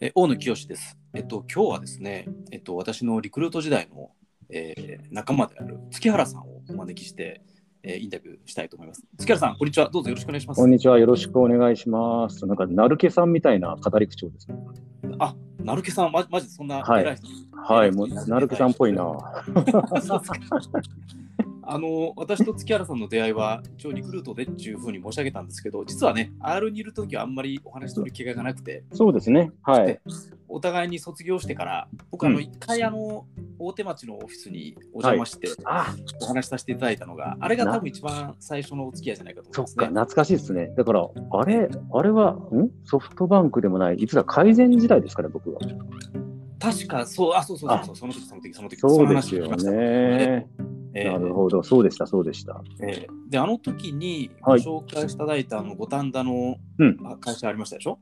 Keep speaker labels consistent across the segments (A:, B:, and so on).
A: え大野清です。えっと、今日はですね、えっと、私のリクルート時代の、えー仲間である月原さんをお招きして、えーインタビューしたいと思います。月原さん、こんにちは。どうぞよろしくお願いします。
B: こんにちは、よろしくお願いします。なんか、なるけさんみたいな語り口調ですね。
A: あ、なるけさん、ま、まじそんな
B: はい
A: 偉い人、
B: はい、もう、なるけさんっぽいな。。
A: そうですかあの私と月原さんの出会いは一応リクルートでっていうふうに申し上げたんですけど実はね R にいる時はあんまりお話しする気概がなくて
B: そうですね。はい
A: で。お互いに卒業してから僕あの
B: うん
A: 一回あの大手町のオフィスにお邪魔して
B: あ、
A: お話しさせていただいたのが、あれが多分一番最初のお付き合いじゃないかと思い
B: そ
A: ま
B: っ
A: す
B: か、
A: ね。
B: 懐かしいですね。だから、あれ、あれは、んソフトバンクでもない、いつだ改善時代ですかね、僕は。
A: 確かそうあそうそうそうそうその時その時その時
B: そう
A: の
B: で
A: 話
B: すよ
A: をしました
B: ね。
A: ええ
B: なるほど、そうでした、そうでした。
A: ええであの時にご
B: はい
A: 紹介いただいたあの五反田の
B: うん。
A: あ会社ありましたでしょ。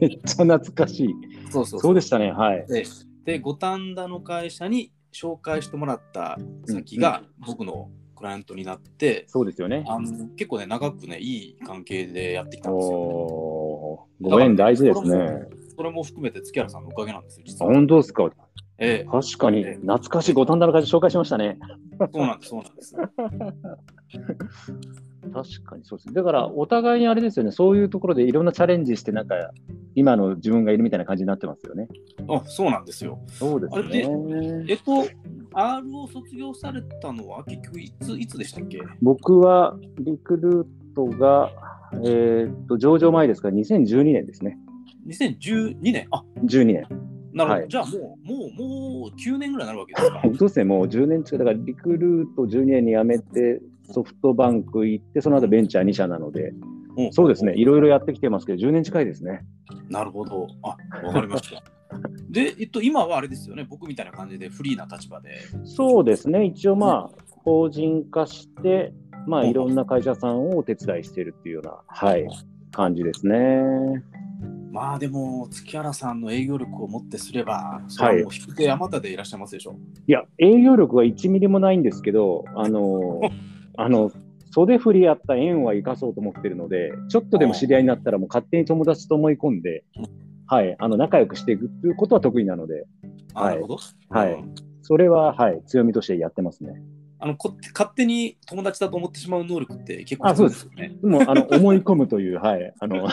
B: めっちゃ懐かしい。
A: そうそう
B: そうでしたね、はい。
A: でで五反田の会社に紹介してもらった先が僕のクライアントになって、
B: そうですよね。
A: あの結構ね長くねいい関係でやってきたんですよ。
B: おーご縁大事ですね。
A: それも含めて月原さんのおかげなんですよ、
B: あ
A: 実は。
B: 本当ですか。
A: ええ、
B: 確かに、懐かしい五反田の会社紹介しましたね。
A: そうなんです、そうなんです。
B: 確かにそうですね。だから、お互いにあれですよね、そういうところでいろんなチャレンジして、なんか、今の自分がいるみたいな感じになってますよね。
A: あそうなんですよ。
B: そうです
A: ねえ
B: ね。
A: っと、R を卒業されたのは結局いついつでしたっけ
B: 僕は、リクルートが、えーっと、上場前ですから、2012年ですね。
A: ?2012 年。あ
B: 12年。
A: なるほど。
B: はい
A: じゃあもう、もう、もう9年ぐらいになるわけですか。
B: 本当ですね、もう10年近い、だから、リクルート12年に辞めて、ソフトバンク行って、その後ベンチャー2社なので、
A: うん
B: そうですね、。いろいろやってきてますけど、10年近いですね。
A: なるほど。あわかりました。 で、えっと、今はあれですよね、僕みたいな感じでフリーな立場で。
B: そうですね、一応まあ、法人化して、まあ、
A: うん
B: いろんな会社さんをお手伝いしてるっていうような、はい、感じですね。
A: まあでも、月原さんの営業力をもってすれば、それはもう引く手あまたでいらっしゃいますでしょ。
B: いや、営業力は1ミリもないんですけど、あのーあの、袖振り合った縁は生かそうと思ってるので、ちょっとでも知り合いになったら、もう勝手に友達と思い込んで、はい、あの仲良くしていくっていうことは得意なので、
A: あ
B: は
A: な
B: い
A: るほど。
B: はい
A: うん
B: それは、はい、強みとしてやってますね。
A: あのこ勝手に友達だと思ってしまう能力って結構
B: あそうです
A: すよね。
B: でも あの思い込むという、はい、あの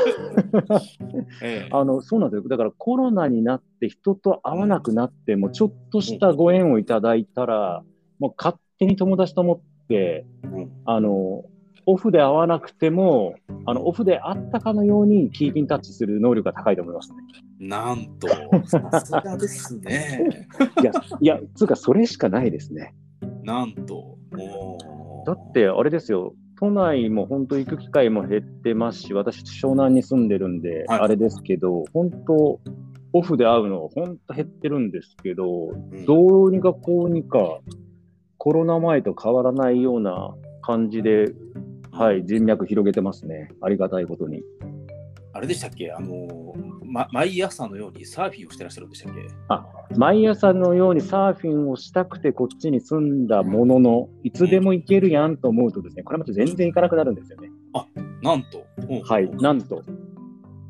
A: ええ
B: あのそうなんですよ、だからコロナになって、人と会わなくなって、もちょっとしたご縁をいただいたら、もう勝手に友達と思って、
A: うん
B: あのオフで会わなくてもあの、オフで会ったかのようにキーピンタッチする能力が高いと思いますね。
A: なんと、さすがです ね。
B: いや、いやつうか、それしかないですね。
A: なんと、もう
B: だって、あれですよ、都内も本当、行く機会も減ってますし、私、湘南に住んでるんで、
A: はい
B: あれですけど、本当、オフで会うの、本当減ってるんですけど、
A: うん
B: どうにかこうにかコロナ前と変わらないような感じで、はい、人脈広げてますね。ありがたいことに。
A: あれでしたっけあの、ま、毎朝のようにサーフィンをしてらっしゃるんでしたっけ
B: 毎朝のようにサーフィンをしたくてこっちに住んだものの、いつでも行けるやんと思うとですね、これまた全然行かなくなるんですよね。
A: なんと。うん
B: はい、なんと。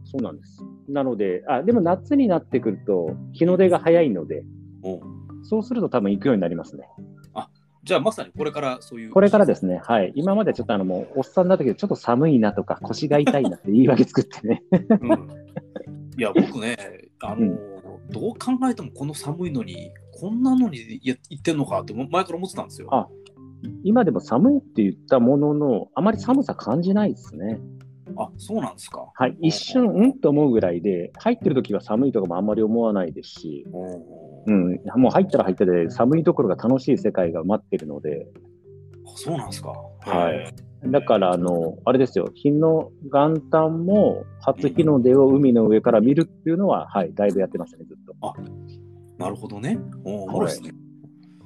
B: そうなんです。なので、あ、でも夏になってくると日の出が早いので、
A: うん
B: そうすると多分行くようになりますね。
A: じゃあまさにこれからそういう。。
B: これからですすね、はい、今までちょっとあのもうおっさんになったけど、ちょっと寒いなとか、腰が痛いなって言い訳作ってね、
A: うん、いや、僕ね、あの、どう考えてもこの寒いのに、こんなのにいや行ってんのかって前から思ってたんですよ。
B: あ今でも寒いって言ったものの、あまり寒さ感じないですね。
A: あ、そうなんですか。
B: はい、一瞬、うんと思うぐらいで、入ってる時は寒いとかもあんまり思わないですし、
A: うん
B: うん、もう入ったら入ったで、寒いところが楽しい世界が待ってるので、
A: あそうなんですか。
B: はい
A: へ
B: だから、あの、あれですよ、日の元旦も初日の出を海の上から見るっていうのは、はい、だいぶやってましたね、ずっと。
A: ー。なるほどね。おお、
B: はい
A: 面白いですね。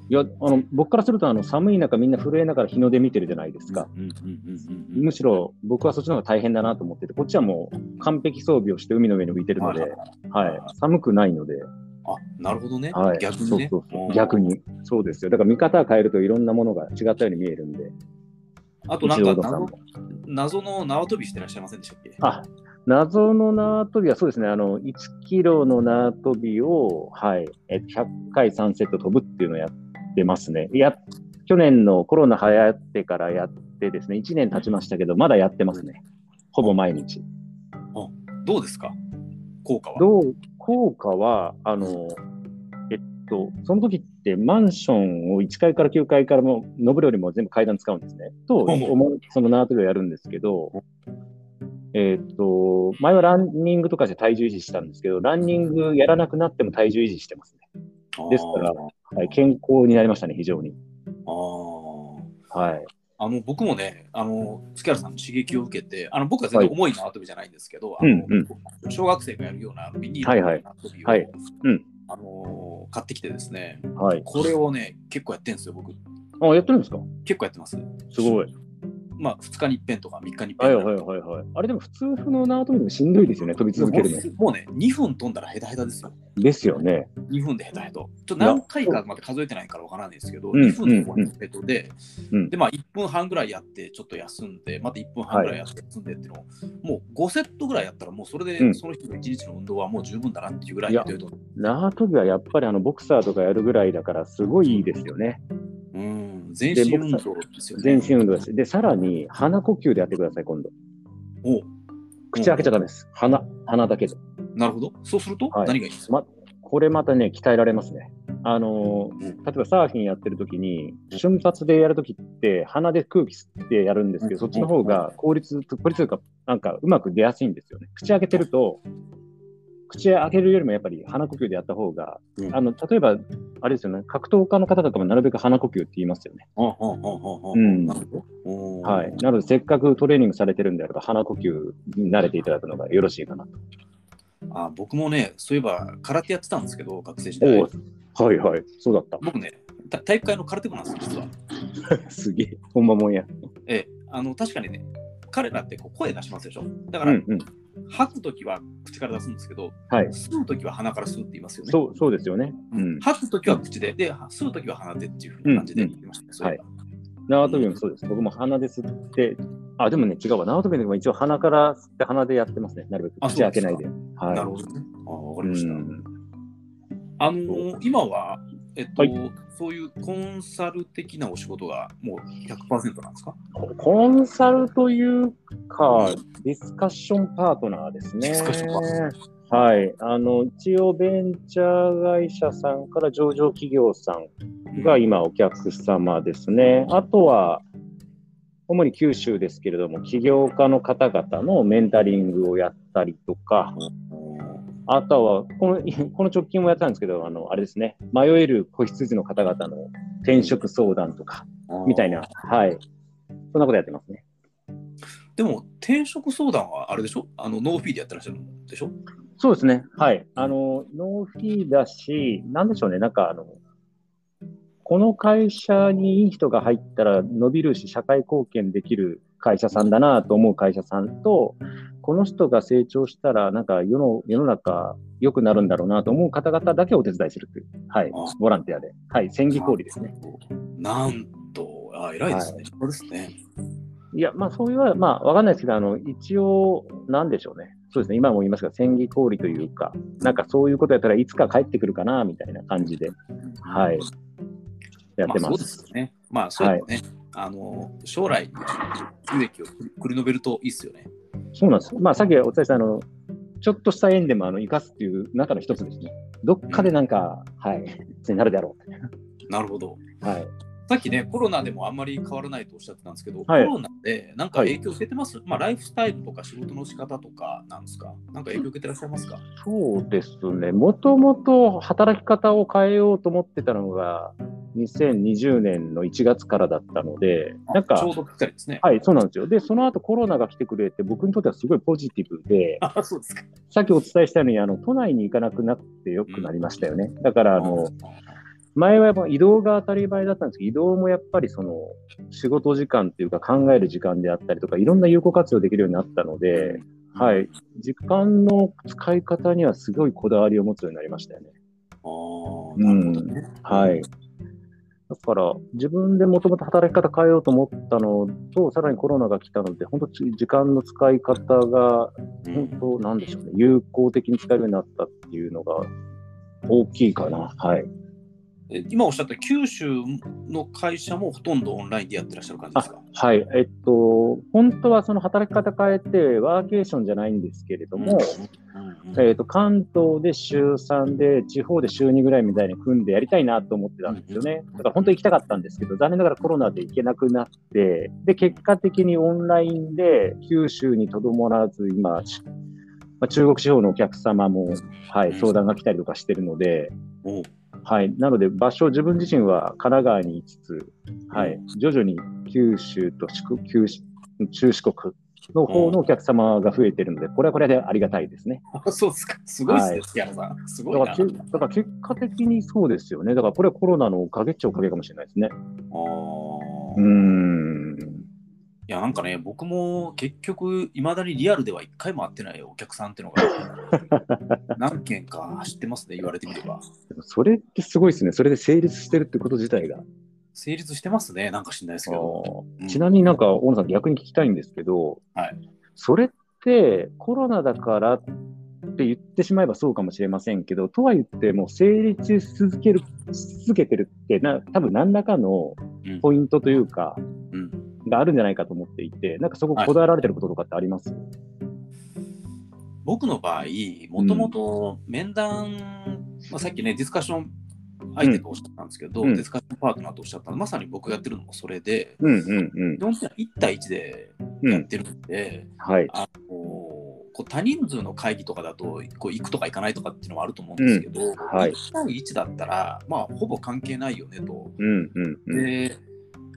B: いや、あの僕からするとあの、寒い中、みんな震えながら日の出見てるじゃないですか。
A: うんうんうんうんうん
B: むしろ僕はそっちの方が大変だなと思ってて、こっちはもう完璧装備をして海の上に浮いてるので、はい、寒くないので、
A: あ、なるほどね。
B: はい、
A: 逆にね。
B: そうそうそう
A: おー
B: 逆。に、そうですよ。だから見方を変えるといろんなものが違ったように見えるんで、
A: あとなんか
B: 一郎さん
A: 謎謎
B: も
A: の縄跳びしてらっしゃいませんでしたっけ
B: あ、謎の縄跳びはそうですね、あの、1キロの縄跳びを、はい、え100回3セット飛ぶっていうのをやってますね。や、去年のコロナ流行ってからやってですね、1年経ちましたけど、まだやってますね。ほぼ毎日。
A: どうですか効果は。
B: どう、効果は、あの、えっと、その時ってマンションを1階から9階からも、登るよりも全部階段使うんですね。と、
A: ほうほう
B: 思うその縄跳びをやるんですけど、えっと、前はランニングとかして体重維持したんですけど、ランニングやらなくなっても体重維持してますね。ですから
A: あー
B: はい、健康になりましたね、非常に。
A: あー
B: はい。
A: あの僕もね、あの月原さんの刺激を受けて、あの僕は全然重い縄跳びじゃないんですけど、
B: はい
A: あの
B: うん
A: 小学生がやるようなビニー
B: は
A: ル
B: い
A: の
B: はい
A: 縄跳びを、
B: はいうん
A: あの買ってきてですね、
B: はい。
A: これをね、結構やってるんですよ、僕。
B: あ、やってるんですか
A: 結構やってます。
B: すごい。
A: まあ、2日に1遍とか3日に1
B: はい
A: 遍
B: はいはいはい。あれでも普通の縄跳びでもしんどいですよね、飛び続けるの。
A: もうもうね、2分飛んだらヘタヘタですよ。
B: ですよね。
A: 2分でヘタヘタ。ちょっと何回かまで数えてないからわからないですけど、
B: うん
A: 2分のヘタヘタで、
B: うん
A: で、まあ1分半ぐらいやって、ちょっと休んで、また1分半ぐらいやって休んでっていうのを、もう5セットぐらいやったら、もうそれ
B: う
A: で
B: ん
A: その日の1日の運動はもう十分だなっていうぐらいやってると。
B: 縄跳びはやっぱりあのボクサーとかやるぐらいだから、すごいいいですよね。
A: うん、全身運動ですよね。
B: 全身運動だし。で、さらに鼻呼吸でやってください、今度。
A: お
B: 口開けちゃダメです。鼻、鼻だけで。
A: なるほど。そうすると、
B: はい
A: 何がいいですか、
B: ま、これまたね、鍛えられますね。あのー例えばサーフィンやってる時に、瞬発でやる時って、鼻で空気吸ってやるんですけど、そっちの方が効率、効率というか、なんかうまく出やすいんですよね。口開けてると、口開けるよりもやっぱり鼻呼吸でやった方が、
A: うん
B: あの例えば、あれですよね、格闘家の方とかもなるべく鼻呼吸って言いますよね。
A: うんうんうんう
B: うんん
A: なるほど。おー
B: はい。なので、せっかくトレーニングされてるんであれば、鼻呼吸に慣れていただくのがよろしいかなと。
A: あ僕もね、そういえば空手やってたんですけど、学生時代。
B: おはいはい。そうだった。
A: 僕ね、た体育会の空手部なんですよ、実は。
B: すげえ。ほんまもんや。
A: ええ、あの確かにね、彼らってこう声出しますでしょ。だか
B: う
A: ら、
B: んうん。
A: 吐くときは口から出すんですけど、
B: はい
A: 吸うときは鼻から吸うって言いますよね。
B: そう、そうですよね。うん。
A: 吐くときは口で、で吸うときは鼻でっていうふうな感じで言ってましたね。そういえば
B: 縄跳びもそうです。僕も鼻で吸って、あ、でもね、違うわ。縄跳びでも一応鼻から吸って鼻でやってますね。なるべ
A: あ
B: く口開けないで。はい。
A: なるほどね。あわかりまし
B: う
A: た。
B: ん
A: あのー今は、えっと、
B: はい
A: そういうコンサル的なお仕事がもう100%なんですか、
B: コンサルというか、ディスカッションパートナーですね。
A: ディスカッションパー
B: はい。あの、一応ベンチャー会社さんから上場企業さんが
A: うん
B: 今お客様ですね。あとは、主に九州ですけれども、起業家の方々のメンタリングをやったりとか、あとは、この、 この直近もやったんですけど、あの、あれですね、迷える子羊の方々の転職相談とか、みたいな、はい。そんなことやってますね。
A: でも転職相談はあれでしょあのノーフィーでやってらっしゃるんでしょ
B: そうですね、はい。あの、ノーフィーだし、なんでしょうね、なんかあの、この会社にいい人が入ったら伸びるし、社会貢献できる会社さんだなと思う会社さんと、この人が成長したら、なんか世の世の中良くなるんだろうなと思う方々だけお手伝いするという、はい
A: あ、
B: ボランティアで、はい、戦技氷ですね。
A: なんと、あ偉いですね。そうですね。
B: いや、まあ、そういうは、まあ、わかんないですけど、あの、一応、なんでしょうね。そうですね。今も言いますが、戦技行為というか、なんかそういうことやったらいつか帰ってくるかな、みたいな感じで、はい、やって
A: まあ、
B: ま。
A: そうですすよね。まあ、そうやってね、あの、将来、収益を繰り延べるといいですよね。
B: そうなんです。まあ、さっきお伝えした、あの、ちょっとした縁でも、あの、生かすっていう中の一つですね。どっかでなんか、はい、いつになるであろ
A: なるほど。
B: う。はい。
A: さっきね、コロナでもあんまり変わらないとおっしゃってたんですけど、
B: はい
A: コロナでなんか影響受けてます、まあ、ライフスタイルとか仕事の仕方とかなんですかなんか影響受けてらっしゃいますか
B: そうですね、もともと働き方を変えようと思ってたのが、2020年の1月からだったので、なん
A: ち
B: か
A: ょ、うどぴったりですね。
B: はい、そうなんですよ。で、その後コロナが来てくれて、僕にとってはすごいポジティブで、
A: あ、そうですか。
B: さっきお伝えしたように、あの都内に行かなくなってよくなりましたよね。だから、あの前はやっぱ移動が当たり前だったんですけど、移動もやっぱりその仕事時間っていうか考える時間であったりとか、いろんな有効活用できるようになったので、はい、時間の使い方にはすごいこだわりを持つようになりましたよね。
A: ああ、なるほどね。
B: はい。から自分でもともと働き方変えようと思ったのと、さらにコロナが来たので、本当、時間の使い方が、本当、なんでしょうね、有効的に使えるようになったっていうのが大きいかな。はい。
A: え今おっしゃった九州の会社もほとんどオンラインでやってらっしゃる感じですか
B: はい。えっと、本当はその働き方変えて、ワーケーションじゃないんですけれども、
A: うんうん
B: えー、と関東で週3で、地方で週2ぐらいみたいに組んでやりたいなと思ってたんですよね。だから本当に行きたかったんですけど、残念ながらコロナで行けなくなって、で、結果的にオンラインで九州にとどまらず、今、しまあ、中国地方のお客様も、はい、相談が来たりとかしてるので、
A: おう
B: はい、なので場所、自分自身は神奈川にいつつ、はい、徐々に九州と四国九州中四国の方のお客様が増えてるので、これはこれでありがたいですね。
A: そうですか。すごいです
B: は
A: ね、
B: い
A: 月原さん。すごい
B: だか
A: な。
B: ら
A: あ
B: けだから結果的にそうですよね。だからこれはコロナのおかげっちゃおかげかもしれないですね。
A: ー
B: うー
A: い
B: ん。
A: や、なんかね、僕も結局、いまだにリアルでは一回も会ってないお客さんっていうの が何件か走ってますね、言われてみれば。
B: でもそれってすごいですね。それで成立してるってこと自体が。
A: 成立してますね、なんか知んないですけど。
B: あーちなみになんか、大野さん逆に聞きたいんですけど、
A: はい
B: それってコロナだからって言ってしまえばそうかもしれませんけど、とは言っても成立し続ける、し続けてるってな、多分何らかの
A: うん
B: ポイントというか、
A: うん
B: があるんじゃないかと思っていて、なんかそここだわられてることとかってあります、
A: 僕の場合、もともと面談、まあ、さっきね、ディスカッション相手とおっしゃったんですけど、
B: うん
A: ディスカッションパートナーとおっしゃったの、まさに僕がやってるのもそれで、
B: うんうん
A: 基本的には1対1で
B: うん。う
A: やっ
B: ん。
A: てるんで、
B: はい。
A: あのこう多人数の会議とかだとこう行くとか行かないとかっていうのもあると思うんですけど、
B: はい
A: 1対1だったら、まあ、ほぼ関係ないよねと。
B: うんうんうん。
A: で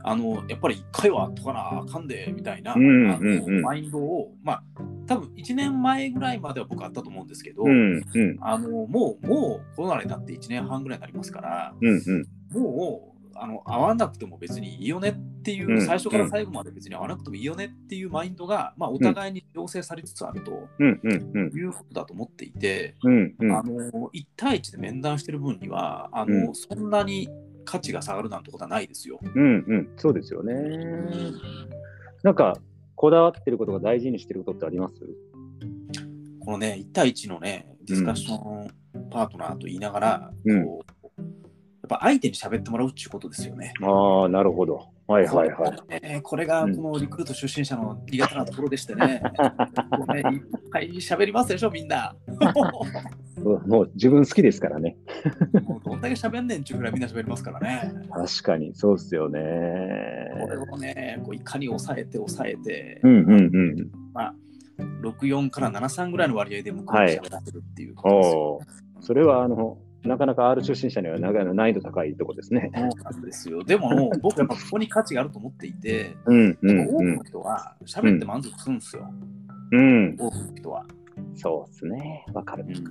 A: あのやっぱり1回はとかなあかんでみたいな、
B: うん
A: あ
B: うんうん
A: のマインドを、まあ、多分1年前ぐらいまでは僕あったと思うんですけど、
B: うんうん
A: あのもう、もうコロナになって1年半ぐらいになりますから、
B: うんうん
A: もうあの会わなくても別にいいよねっていう、
B: うん
A: 最初から最後まで別に会わなくてもいいよねっていうマインドが、まあ、お互いに調整されつつあると
B: うんうんうん
A: いうことだと思っていて、
B: うんうん
A: あの1対1で面談してる分にはあの、
B: うん
A: そんなに価値が下がるなんてことはないですよ。
B: うんうんそうですよね。なんかこだわってることが大事にしてることってあります？
A: このね、1対1のね、ディスカッションパートナーと言いながら、
B: うん
A: こうやっぱ相手に喋ってもらうっていうことですよね。
B: ああなるほど。はいはいはい。
A: これねこれがこのリクルート出身者の苦手なところでしてね、もうねいっぱい喋りますでしょ、みんな。
B: うんもう自分好きですからね。
A: もうどんだけ喋んねんっていうぐらいみんな喋りますからね。
B: 確かにそうですよね。
A: これをね、こういかに抑えて抑えて、
B: うんうんうん。
A: まあ、64から73ぐらいの割合で向こうに喋らせるっていうこ
B: お
A: とですよ。
B: おー。それはあのなかなか R 出身者にはなかなか難易度高いとこですね。
A: そうなんですよでも、僕はここに価値があると思っていて、
B: うんう
A: 多
B: ん
A: く
B: うん
A: の人は喋って満足するんですよ、
B: うん。
A: 多くの人は。
B: そうですね。わかる
A: う。
B: うん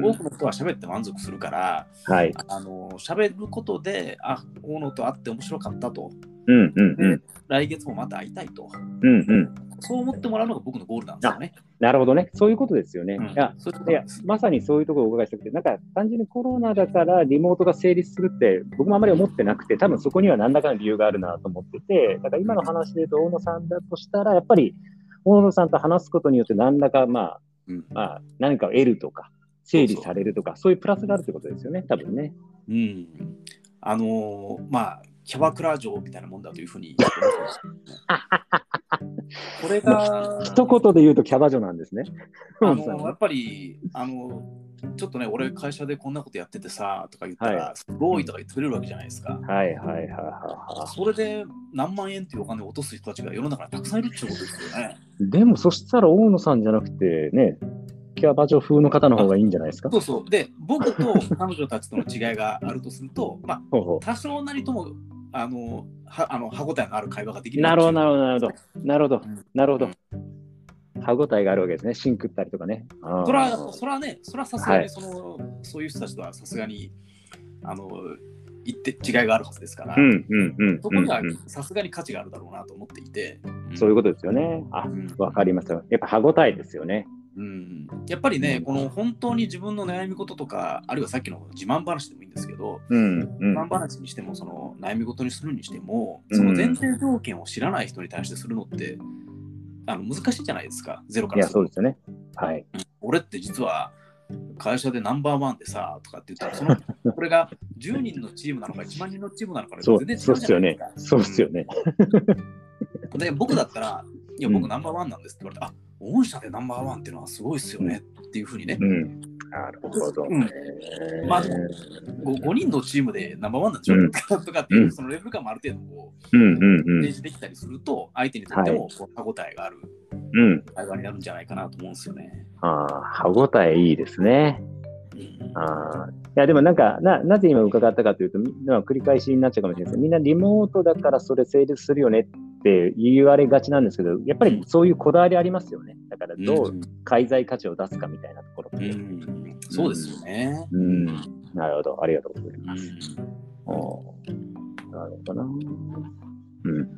A: ん多くの人は喋って満足するから、
B: はい。
A: あの喋ることで、あ大野と会って面白かったと、
B: うんうんうん
A: 来月もまた会いたいと、
B: うんうん。
A: そう思ってもらうのが僕のゴールなんですよね。
B: なるほどね、そういうことですよね。
A: うん
B: いや
A: そういうこと
B: い
A: なん
B: や
A: です
B: まさにそういうところをお伺いしたくて、なんか単純にコロナだからリモートが成立するって、僕もあまり思ってなくて、多分そこには何らかの理由があるなと思ってて、だから今の話で言うと、大野さんだとしたら、やっぱり大野さんと話すことによって、何らか、まあ、
A: うん
B: まあ、何かを得るとか、整理されるとか、そういうプラスがあるってことですよね、多分ね。
A: うん、あのーまあキャバクラ嬢みたいなもんだというふうに言ってますね、 これが、
B: 一言で言うと、キャバ嬢なんですね。
A: あ
B: 大野さん
A: のや
B: は
A: っぱりあのちょっとね俺会社でこんなことやっててさとか言ったら、
B: は
A: すごいとか言ってくれるわけじゃないですか。
B: はいはいはいはいはい。
A: それで何万円っていうお金を落とす人たちが世の中にたくさんいるっていうことですよね。
B: でもそしたら大野さんじゃなくてね、キャバ嬢風の方の方がいいんじゃないですか。
A: そうそう。で、僕と彼女たちとの違いがあるとすると、 まあ、
B: ほうほ
A: 多少なりとも、あの、はあの歯応えのある会話ができ
B: う
A: る。
B: なるほど、な
A: る
B: るほど、なるほど。なるほど
A: うん、
B: なるほど。歯応えがあるわけですね。芯食ったりとかね。あー
A: それは、それはね、それはさすが
B: は
A: に
B: い
A: その、そういう人たちとはさすがに、あの、言って違いがあるはずですから、
B: うんうんうん
A: そこ
B: うん
A: には
B: うん
A: さすがに価値があるだろうなと思っていて、
B: そういう
A: こ
B: ことですよね。あ
A: うん、
B: わかりました。やっぱ歯応えですよね。
A: ううん、やっぱりね、この本当に自分の悩み事とか、あるいはさっきの自慢話でもいいんですけど、
B: うん、うん
A: 自慢話にしても、その悩み事にするにしても、その前提条件を知らない人に対してするのって、あの難しいじゃないですか、ゼロか
B: い
A: ら
B: や、
A: す
B: そう
A: る
B: ですよね。はい。
A: 俺って実は会社でナンバーワンでさとかって言ったらその これが10人のチームなのか1万人のチームなのかで
B: そ
A: 全然違
B: う、
A: うじ
B: そ
A: ゃ
B: うっすよ
A: ないです
B: ね
A: か。。
B: そうっすよね。
A: うんで僕だったら「いや
B: う
A: 僕
B: ん
A: ナンバーワンなんです」って言われて「あ御社でナンバーワンっていうのはすごいっすよね」っていうふうにね、
B: うん。なるほどね。
A: まあでもご 5, 人のチームでナンバーワンなんでしょ、
B: うん
A: とかっていううんそのレベル感もある程度こう
B: うんうんう
A: 提
B: ん。
A: 示できたりすると相手にとってもこう歯応えがある
B: うん。
A: 会話になるんじゃないかなと思うんですよね。
B: ああ、歯応えいいですね。
A: うん
B: ああ。いや、でもなんか、な、なぜ今伺ったかというと、みまあ繰り返しになっちゃうかもしれないですけど、みんなリモートだからそれ成立するよねって言われがちなんですけど、やっぱりそういうこだわりありますよね。だから、どう介在価値を出すかみたいなところ。
A: うんそうですよね。
B: うん。なるほど。ありがとうございます。
A: うん
B: おーなるほどな。うん。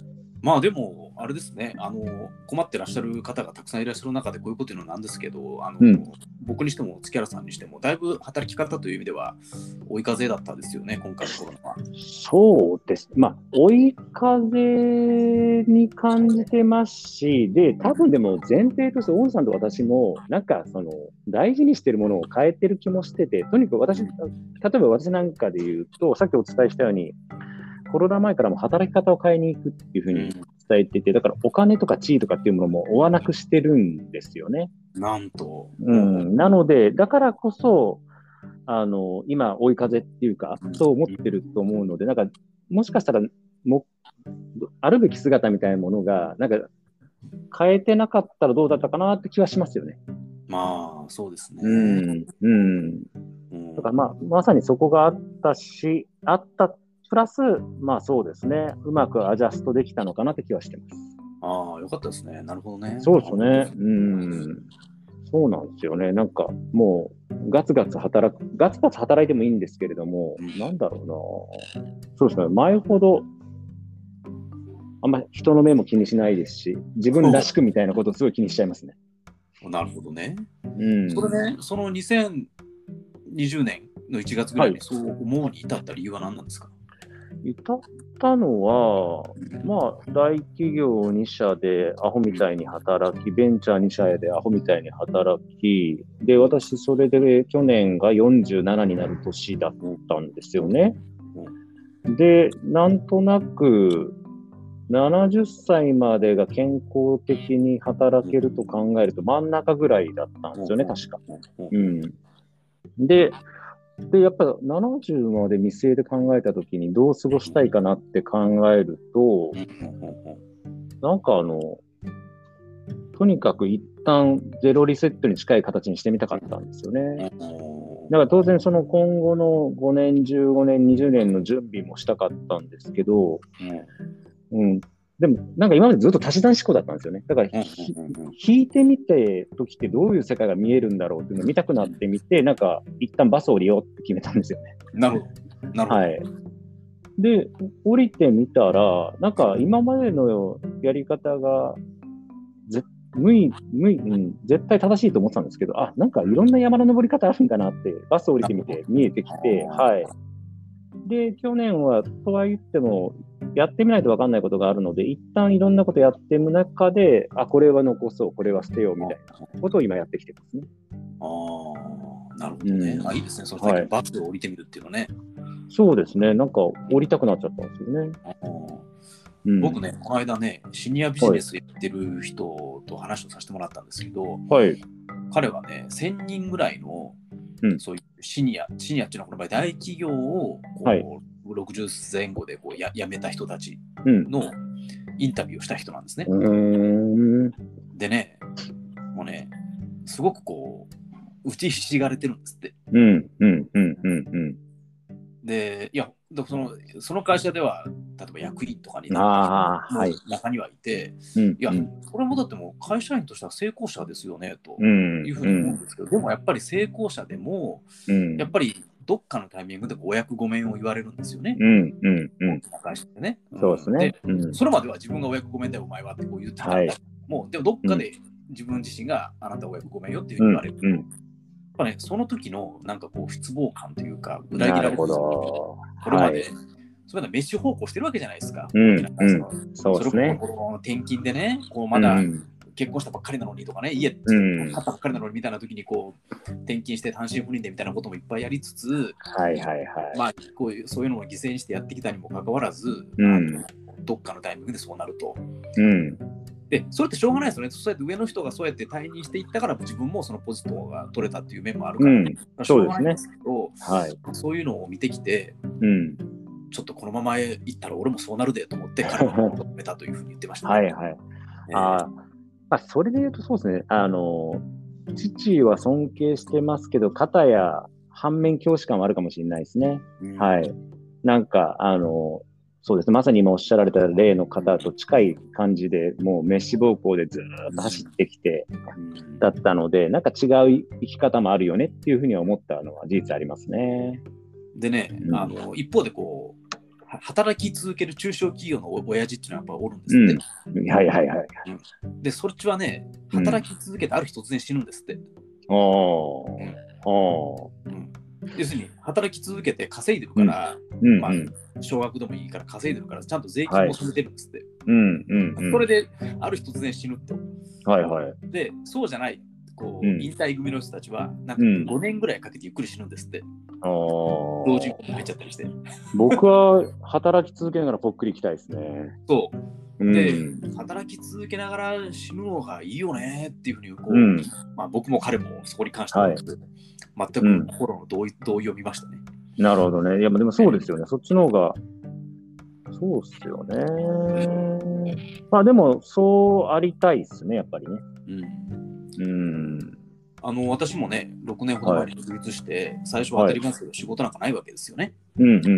A: まあでも、あれですねあの、困ってらっしゃる方がたくさんいらっしゃる中で、こういうこと言うのはなんですけど、あの
B: うん
A: 僕にしても、月原さんにしても、だいぶ働き方という意味では、追い風だったですよね、今回のコロナは。
B: そうです。まあ、追い風に感じてますし、で、多分でも前提として、オンさんと私も、なんか、その、大事にしてるものを変えてる気もしてて、とにかく私、例えば私なんかで言うと、さっきお伝えしたように、コロナ前からも働き方を変えに行くっていうふうに伝えてて、だからお金とか地位とかっていうものも追わなくしてるんですよね。
A: なんと、
B: うん、なので、だからこそ、あの今、追い風っていうか、そう思ってると思うので、なんか、もしかしたらも、あるべき姿みたいなものが、なんか、変えてなかったらどうだったかなって気はしますよね。
A: まあ、そうですね。
B: うん。うん。
A: うん
B: だから、まあ、まさにそこがあったし、あった、プラス、まあそうですね、うまくアジャストできたのかなって気はしてます。
A: ああ、よかったですね。なるほどね。
B: そうですね。うん。そうなんですよね。なんかもうガツガツ働く、ガツガツ働いてもいいんですけれども
A: うん、
B: なんだろうな。そうですね。前ほどあんま人の目も気にしないですし、自分らしくみたいなことをすごい気にしちゃいますね。
A: なるほどね。
B: うん。
A: それね、その2020年の1月ぐらいにそう思うに至った理由は何なんですか、
B: 至ったのは、まあ、大企業2社でアホみたいに働き、ベンチャー2社でアホみたいに働き、で、私、それで去年が47になる年だったんですよね。で、なんとなく、70歳までが健康的に働けると考えると真ん中ぐらいだったんですよね、確か。
A: うん
B: うん、でで、やっぱ70まで見据えて考えたときに、どう過ごしたいかなって考えると
A: う、んうんうん
B: なんかあの、とにかく一旦ゼロリセットに近い形にしてみたかったんですよね。だから当然、その今後の5年、15年、20年の準備もしたかったんですけど、うん、でもなんか今までずっと足し算思考だったんですよね。だからひ引いてみて時ってどういう世界が見えるんだろうっていうのを見たくなってみて、なんか一旦バス降りようって決めたんですよね。
A: なるほど。なるほど。
B: はい。で、降りてみたら、なんか今までのやり方が、ぜ無い、無い、うん、絶対正しいと思ってたんですけど、あ、なんかいろんな山の登り方あるんだなって、バス降りてみて見えてきて、
A: あー
B: はい。で、去年は、とは言っても、やってみないと分かんないことがあるので、一旦いろんなことやってみる中で、あ、これは残そう、これは捨てようみたいなことを今やってきてますね。
A: ああ、なるほどね。
B: うん
A: あいいですね。その
B: はい
A: さっきバスを降りてみるっていうのね。
B: そうですね、なんか降りたくなっちゃったんですよね。
A: あー
B: うん、
A: 僕ね、この間ね、シニアビジネスやってる人と話をさせてもらったんですけど、
B: はい。
A: 彼はね、1000人ぐらいの、
B: うん
A: そういうシニア、シニアっていうのはこの場合、大企業をこう、
B: はい
A: 60前後でこうや辞めた人たち
B: うん。
A: のインタビューをした人なんですね。
B: うーん。
A: でね、もうね、すごくこう、打ちひしがれてるんですって。
B: うんうんうんうん
A: で、いや、だからそのその会社では、例えば役員とかに
B: うん。
A: なっ
B: ああ、
A: た
B: はい。
A: 人も中にはいて、
B: うん
A: いや、
B: うん
A: これもだってもう会社員としては成功者ですよね、と
B: うん
A: いうふうに思うんですけど、でもやっぱり成功者でも、
B: うん
A: やっぱりどっかのタイミングでお役御免を言われるんですよね、
B: うんうんう
A: 大
B: ん。
A: きな会社でね。
B: そうですね。うん
A: それまでは自分がお役御免だよ、お前はってこう言ってたんだ
B: はい
A: もう、でもどっかで自分自身があなた親子ごめんよっていう
B: う
A: 言
B: ん、う
A: われると、やっ
B: ん。
A: ぱね、その時のなんかこう失望感というか、裏切ら
B: な
A: れ
B: る
A: て
B: ほど。
A: これまで、
B: はい
A: そういうのメッシュ方向してるわけじゃないですか。
B: うん
A: 大きな
B: そうですね。
A: それこそこの転勤でね、こうまだ
B: うん
A: 結婚したばっかりなのにとかね、家
B: うん
A: 買ったばっかりなのにみたいな時にこう転勤して単身赴任でみたいなこともいっぱいやりつつ、
B: はいはいはい。
A: まあ、こういうそういうのを犠牲にしてやってきたにもかかわらず、
B: うん
A: どっかのタイミングでそうなると。
B: うん。
A: で、それってしょうがないですよね。そうやって上の人がそうやって退任していったから、自分もそのポジトンが取れたっていう面もあるから、
B: うんそ
A: しょ
B: うですね
A: がないですけど、
B: はい。
A: そういうのを見てきて、
B: うん。
A: ちょっとこのまま行ったら俺もそうなるでと思って、 彼を止めたというふうに言ってました、
B: はいはい。
A: えー
B: あーまあ、それで言うとそうですね。あの、父は尊敬してますけど、片や反面教師感はあるかもしれないですね。
A: うん
B: はい。なんか、あの、そうですね。まさに今おっしゃられた例の方と近い感じで、もうメッシ暴行でずーっと走ってきて
A: うん
B: だったので、なんか違う生き方もあるよねっていうふうには思ったのは事実ありますね。
A: でね、
B: うん
A: あの一方でこうは働き続ける中小企業のお親父っていうのはやっぱおるんですって、
B: はいはいはい。
A: でそっちはね
B: うん
A: 働き続けてある日突然死ぬんですって、
B: おー。お
A: う
B: ー。
A: ん要するに働き続けて稼いでるから、
B: うん、
A: まあ
B: うん。
A: 少額でもいいから稼いでるからちゃんと税金も染めてるんですって、
B: うんうんうん。
A: これである日突然死ぬと
B: はいはい。
A: でそうじゃないこう、
B: うん
A: 引退組の人たちはなんか
B: うん
A: 5年ぐらいかけてゆっくり死ぬんですって、
B: あー
A: 老人ホームに入っちゃったりして
B: 僕は働き続けながらぽっくり行きたいですね。
A: そう
B: うん
A: で働き続けながら死ぬのがいいよねっていうふうにこう、
B: うん
A: まあ、僕も彼もそこに関して
B: は
A: はい全く心の同意,、同意を見ましたね。
B: なるほどね。いや、でもそうですよね。そっちの方が、そうっすよね。まあでも、そうありたいっすね、やっぱりね。
A: うん、
B: うん。
A: あの私もね6年ほど前に独立して、最初は当たりますけど仕事なんかないわけですよね。
B: うんう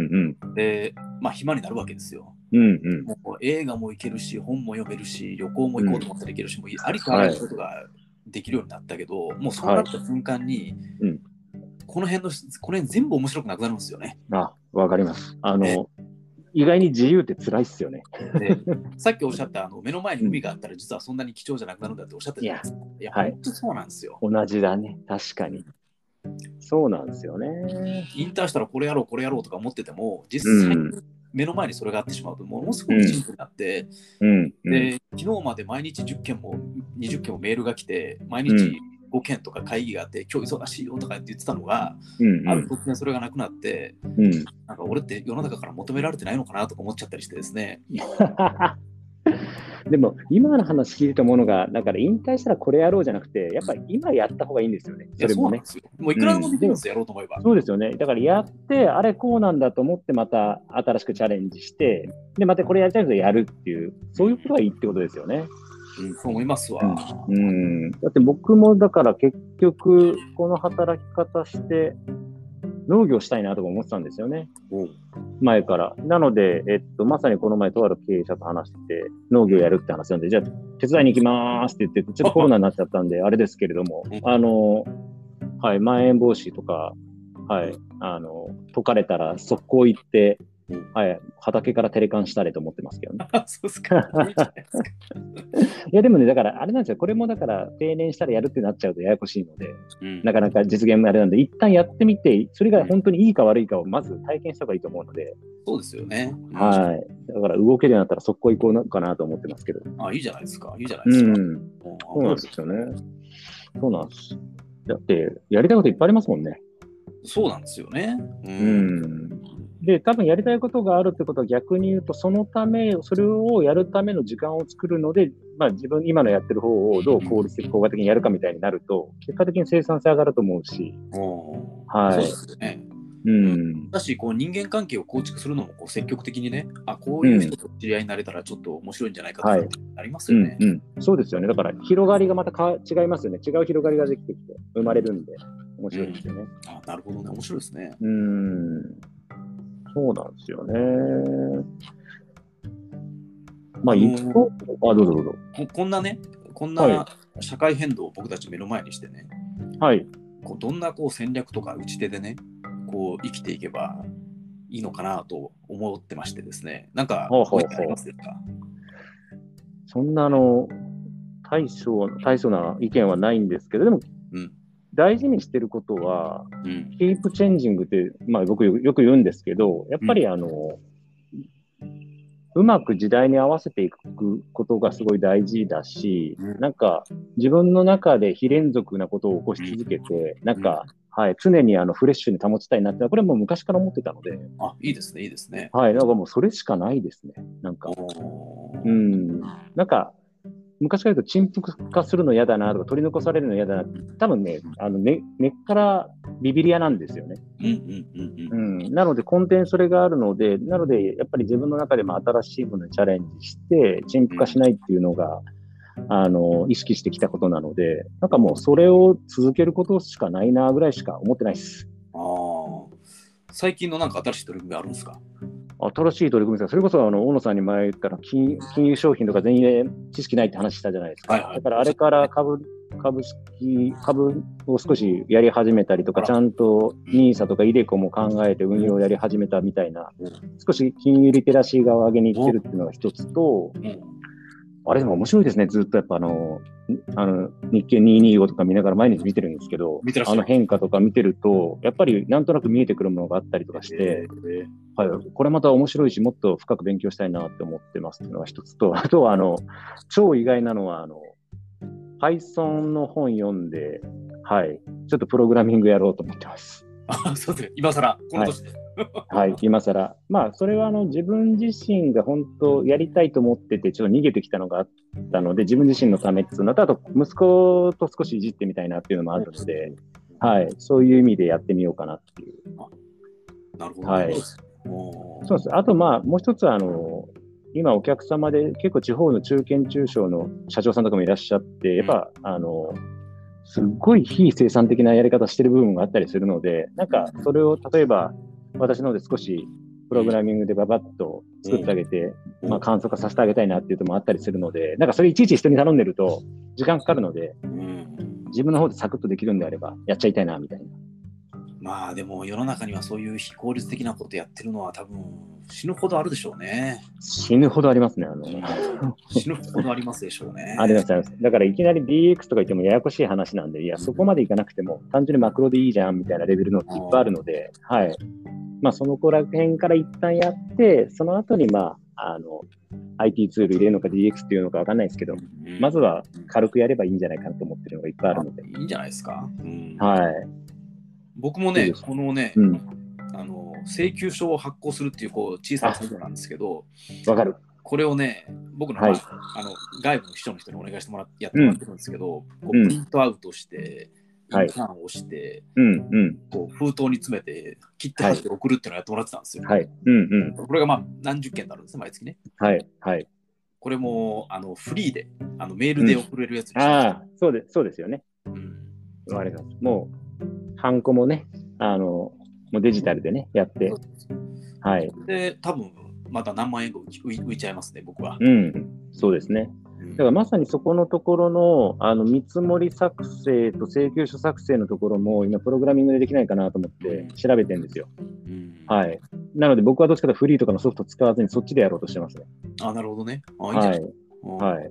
B: ん
A: でまあ暇になるわけですよ。
B: うん。うんうん。
A: もう映画も行けるし本も読めるし旅行も行こうと思ったら行けるし、もうありとあらゆることができるようになったけど、もうそうなった瞬間に、
B: はいうん
A: この辺のこの辺全部面白くなくなるんですよね。
B: あ、わかります。あ
A: ね
B: の、意外に自由って辛いっすよね。
A: でさっきおっしゃったあの目の前に海があったら実はそんなに貴重じゃなくなるんだっておっしゃったじゃないですか。いや、
B: はい
A: 本当そうなんですよ。
B: 同じだね。確かに。そうなんですよね。
A: 引退したらこれやろう、これやろうとか思ってても、実際
B: うん
A: に目の前にそれがあってしまうと、ものすごくシンプルになって、
B: うんうん。
A: で昨日まで毎日10件も20件もメールが来て、毎
B: う
A: 日
B: ん
A: 5件とか会議があって、今日忙しいよとかって言ってたのが、
B: うん
A: ある突然それがなくなって、
B: うん。うん
A: なんか俺って世の中から求められてないのかなとか思っちゃったりしてですね。
B: でも今の話聞いたものが、だから引退したらこれやろうじゃなくて、やっぱり今やった方がいいんですよね、
A: い
B: そ
A: や
B: れ
A: そ
B: も
A: うなん
B: ね
A: で。すよ。もういくらでもできるんですよ、やろうと思えば。
B: そうですよね。だからやって、あれこうなんだと思って、また新しくチャレンジして、で、またこれやりたいけどやるっていう、そういうことがいいってことですよね。
A: うん、そう思いますわ。
B: うん。だって僕もだから結局、この働き方して、農業したいなとか思ってたんですよね。
A: うん
B: 前から。なので、えっと、まさにこの前、とある経営者と話してて、農業やるって話なんで、じゃあ、手伝いに行きますって言って、ちょっとコロナになっちゃったんで、あれですけれども
A: うん、
B: あの、はい、まん延防止とか、はい、あの、解かれたら速攻行って
A: うん、
B: はい、畑からテレカンしたれと思ってますけどね。
A: あそうですか。いいじゃないですか
B: いや、でもね、だから、あれなんですよ。これもだから、定年したらやるってなっちゃうとややこしいので、
A: うん
B: なかなか実現もあれなんで、一旦やってみて、それが本当にいいか悪いかをまず体験した方がいいと思うので、
A: そうですよね。
B: はい。だから動けるようになったら速攻行こうなかなと思ってますけど。
A: あ、いいじゃないですか。いいじゃないです
B: う
A: か。
B: ん。
A: も
B: そうなんですよね。そうなんです。だって、やりたいこといっぱいありますもんね。
A: そうなんですよね。う
B: う。ん。で、多分やりたいことがあるってことは逆に言うと、そのため、それをやるための時間を作るので、まあ自分、今のやってる方をどう効率的、効果的にやるかみたいになると、結果的に生産性上がると思うし、
A: もう
B: は
A: そう
B: い
A: ですよね。
B: うん。
A: だし、こう人間関係を構築するのもこう積極的にね、あ、こういう人と知り合いになれたらちょっと面白いんじゃないかとかってなります
B: う
A: よ
B: ん
A: ね。
B: うん、そうですよね。だから、広がりがまたか違いますよね。違う広がりができてきて、生まれるんで、面白いですよね。
A: あ、なるほどね。面白いですね。
B: うーんそうなんですよね。ま
A: あ
B: あ、
A: のー
B: 一方、あ、どうぞどうぞ。
A: ここんなね、こん
B: は
A: な社会変動を僕たち目の前にしてね、
B: はい。
A: こうどんなこう戦略とか打ち手でね、こう生きていけばいいのかなと思ってましてですね。なんか、
B: ほうほ
A: ご
B: うほう
A: 意見ありますですか
B: そんな、あの、大層大層な意見はないんですけど、でも
A: うん。
B: 大事にしてることは、
A: うん。
B: キープチェンジングって、まあ、僕よよく言うんですけど、やっぱりあの、うまく時代に合わせていくことがすごい大事だし、
A: うん
B: なんか自分の中で非連続なことを起こし続けて、なんか、はい、常にあのフレッシュに保ちたいなって、これはもう昔から思ってたので、
A: あ、いいですね、いいですね。
B: はい、なんかもうそれしかないですね、なんか。
A: お
B: う
A: ー
B: ん、なんか、昔から言うと、陳腐化するの嫌だなとか、取り残されるの嫌だなって、多分ね、あの根、根っからビビり屋なんですよね。
A: うんうんうん
B: う
A: うん。
B: ん、なので、根底にそれがあるので、なので、やっぱり自分の中でも新しいものにチャレンジして、陳腐化しないっていうのが、あの、意識してきたことなので、なんかもう、それを続けることしかないなぐらいしか思ってないです。
A: ああ。最近のなんか新しい取り組みあるんですか
B: 新しい取り組みですかそれこそあの大野さんに前から金金融商品とか全員知識ないって話したじゃないですか、
A: はいはい
B: だからあれから株株式株を少しやり始めたりとか、
A: あら
B: ちゃんと NISA とか iDeCo も考えて運用をやり始めたみたいな
A: うん、
B: 少し金融リテラシー側を上げにいってるっていうのが一つと、
A: うん。
B: あれでも面白いですね、ずっとやっぱあの、あの日経225とか見ながら毎日見てるんですけど
A: 見てら、っしゃ
B: あ
A: る
B: の変化とか見てると、やっぱりなんとなく見えてくるものがあったりとかし
A: え
B: て。はい、これまた面白いし、もっと深く勉強したいなって思ってますっていうのが一つと、あ とはあの超意外なのはあの、Python の本読んで、はい、ちょっとプログラミングやろうと思って ます。
A: ー、そうですね。今更、この年で。
B: はい、今更。まあ、それはあの自分自身が本当やりたいと思ってて、ちょっと逃げてきたのがあったので、自分自身のためっていうのと、あと息子と少しいじってみたいなっていうのもあるので、はい、そういう意味でやってみようかなっていう。
A: なるほど。
B: はい
A: おー
B: そうです。あと、まあ、もう一つは、あの、今お客様で結構地方の中堅中小の社長さんとかもいらっしゃって、やっぱ、あの、すっごい非生産的なやり方してる部分があったりするので、なんかそれを例えば私の方で少しプログラミングでババッと作ってあげて、
A: うん
B: まあ簡素化させてあげたいなっていうのもあったりするので、なんかそれいちいち人に頼んでると時間かかるので、
A: うん
B: 自分の方でサクッとできるんであればやっちゃいたいなみたいな。
A: まあでも世の中にはそういう非効率的なことやってるのは多分死ぬほどあるでしょうね。
B: 死ぬほどありますね、あの。
A: 死ぬほどありますでしょうね。
B: ありがとうございます。だからいきなり DX とか言ってもややこしい話なんで、いや、そこまでいかなくても、単純にマクロでいいじゃんみたいなレベルのっていっぱいあるので、はい。まあ、その子ら辺から一旦やって、その後に、まあ、あの、IT ツール入れるのか DX っていうのかわかんないですけど、
A: うん
B: まずは軽くやればいいんじゃないかなと思ってるのがいっぱいあるので、
A: いいんじゃないですか。うん
B: はい。
A: 僕も
B: いい
A: ね、
B: です
A: このね、
B: うん
A: あの請求書を発行するっていうこう小さな作業なんですけど、
B: わかる。
A: これをね、僕の,、
B: はい
A: まあ、あの外部の秘書の人にお願いしてもらってやってもらってるんですけど、こう
B: うん
A: プリントアウトして、イ
B: はい
A: ンターンをして、
B: うん、うん。
A: こう封筒に詰めて、切って貼って送るっていうのをやってもらってたんですよ。
B: はい。うん、うん。
A: これがまあ何十件になるんですね、毎月ね。
B: はい。はい。
A: これもあのフリーであのメールで送れるやつにしまし
B: ああ、そうで、そうですよね。
A: たうん
B: わかります。もう、ハンコもね、あの、もうデジタルでね、やって
A: そう、です
B: はい。
A: で、多分また何万円か浮き浮い浮いちゃいますね、僕は。
B: うん、そうですね。
A: うん
B: だからまさにそこのところのあの見積もり作成と請求書作成のところも今プログラミングでできないかなと思って調べてるんですよ。
A: うん
B: はい。なので僕はどっちかというとフリーとかのソフト使わずにそっちでやろうとしてますね。
A: あ、なるほどね。あ、いいんじゃ
B: は
A: ない
B: い。
A: うん
B: はい。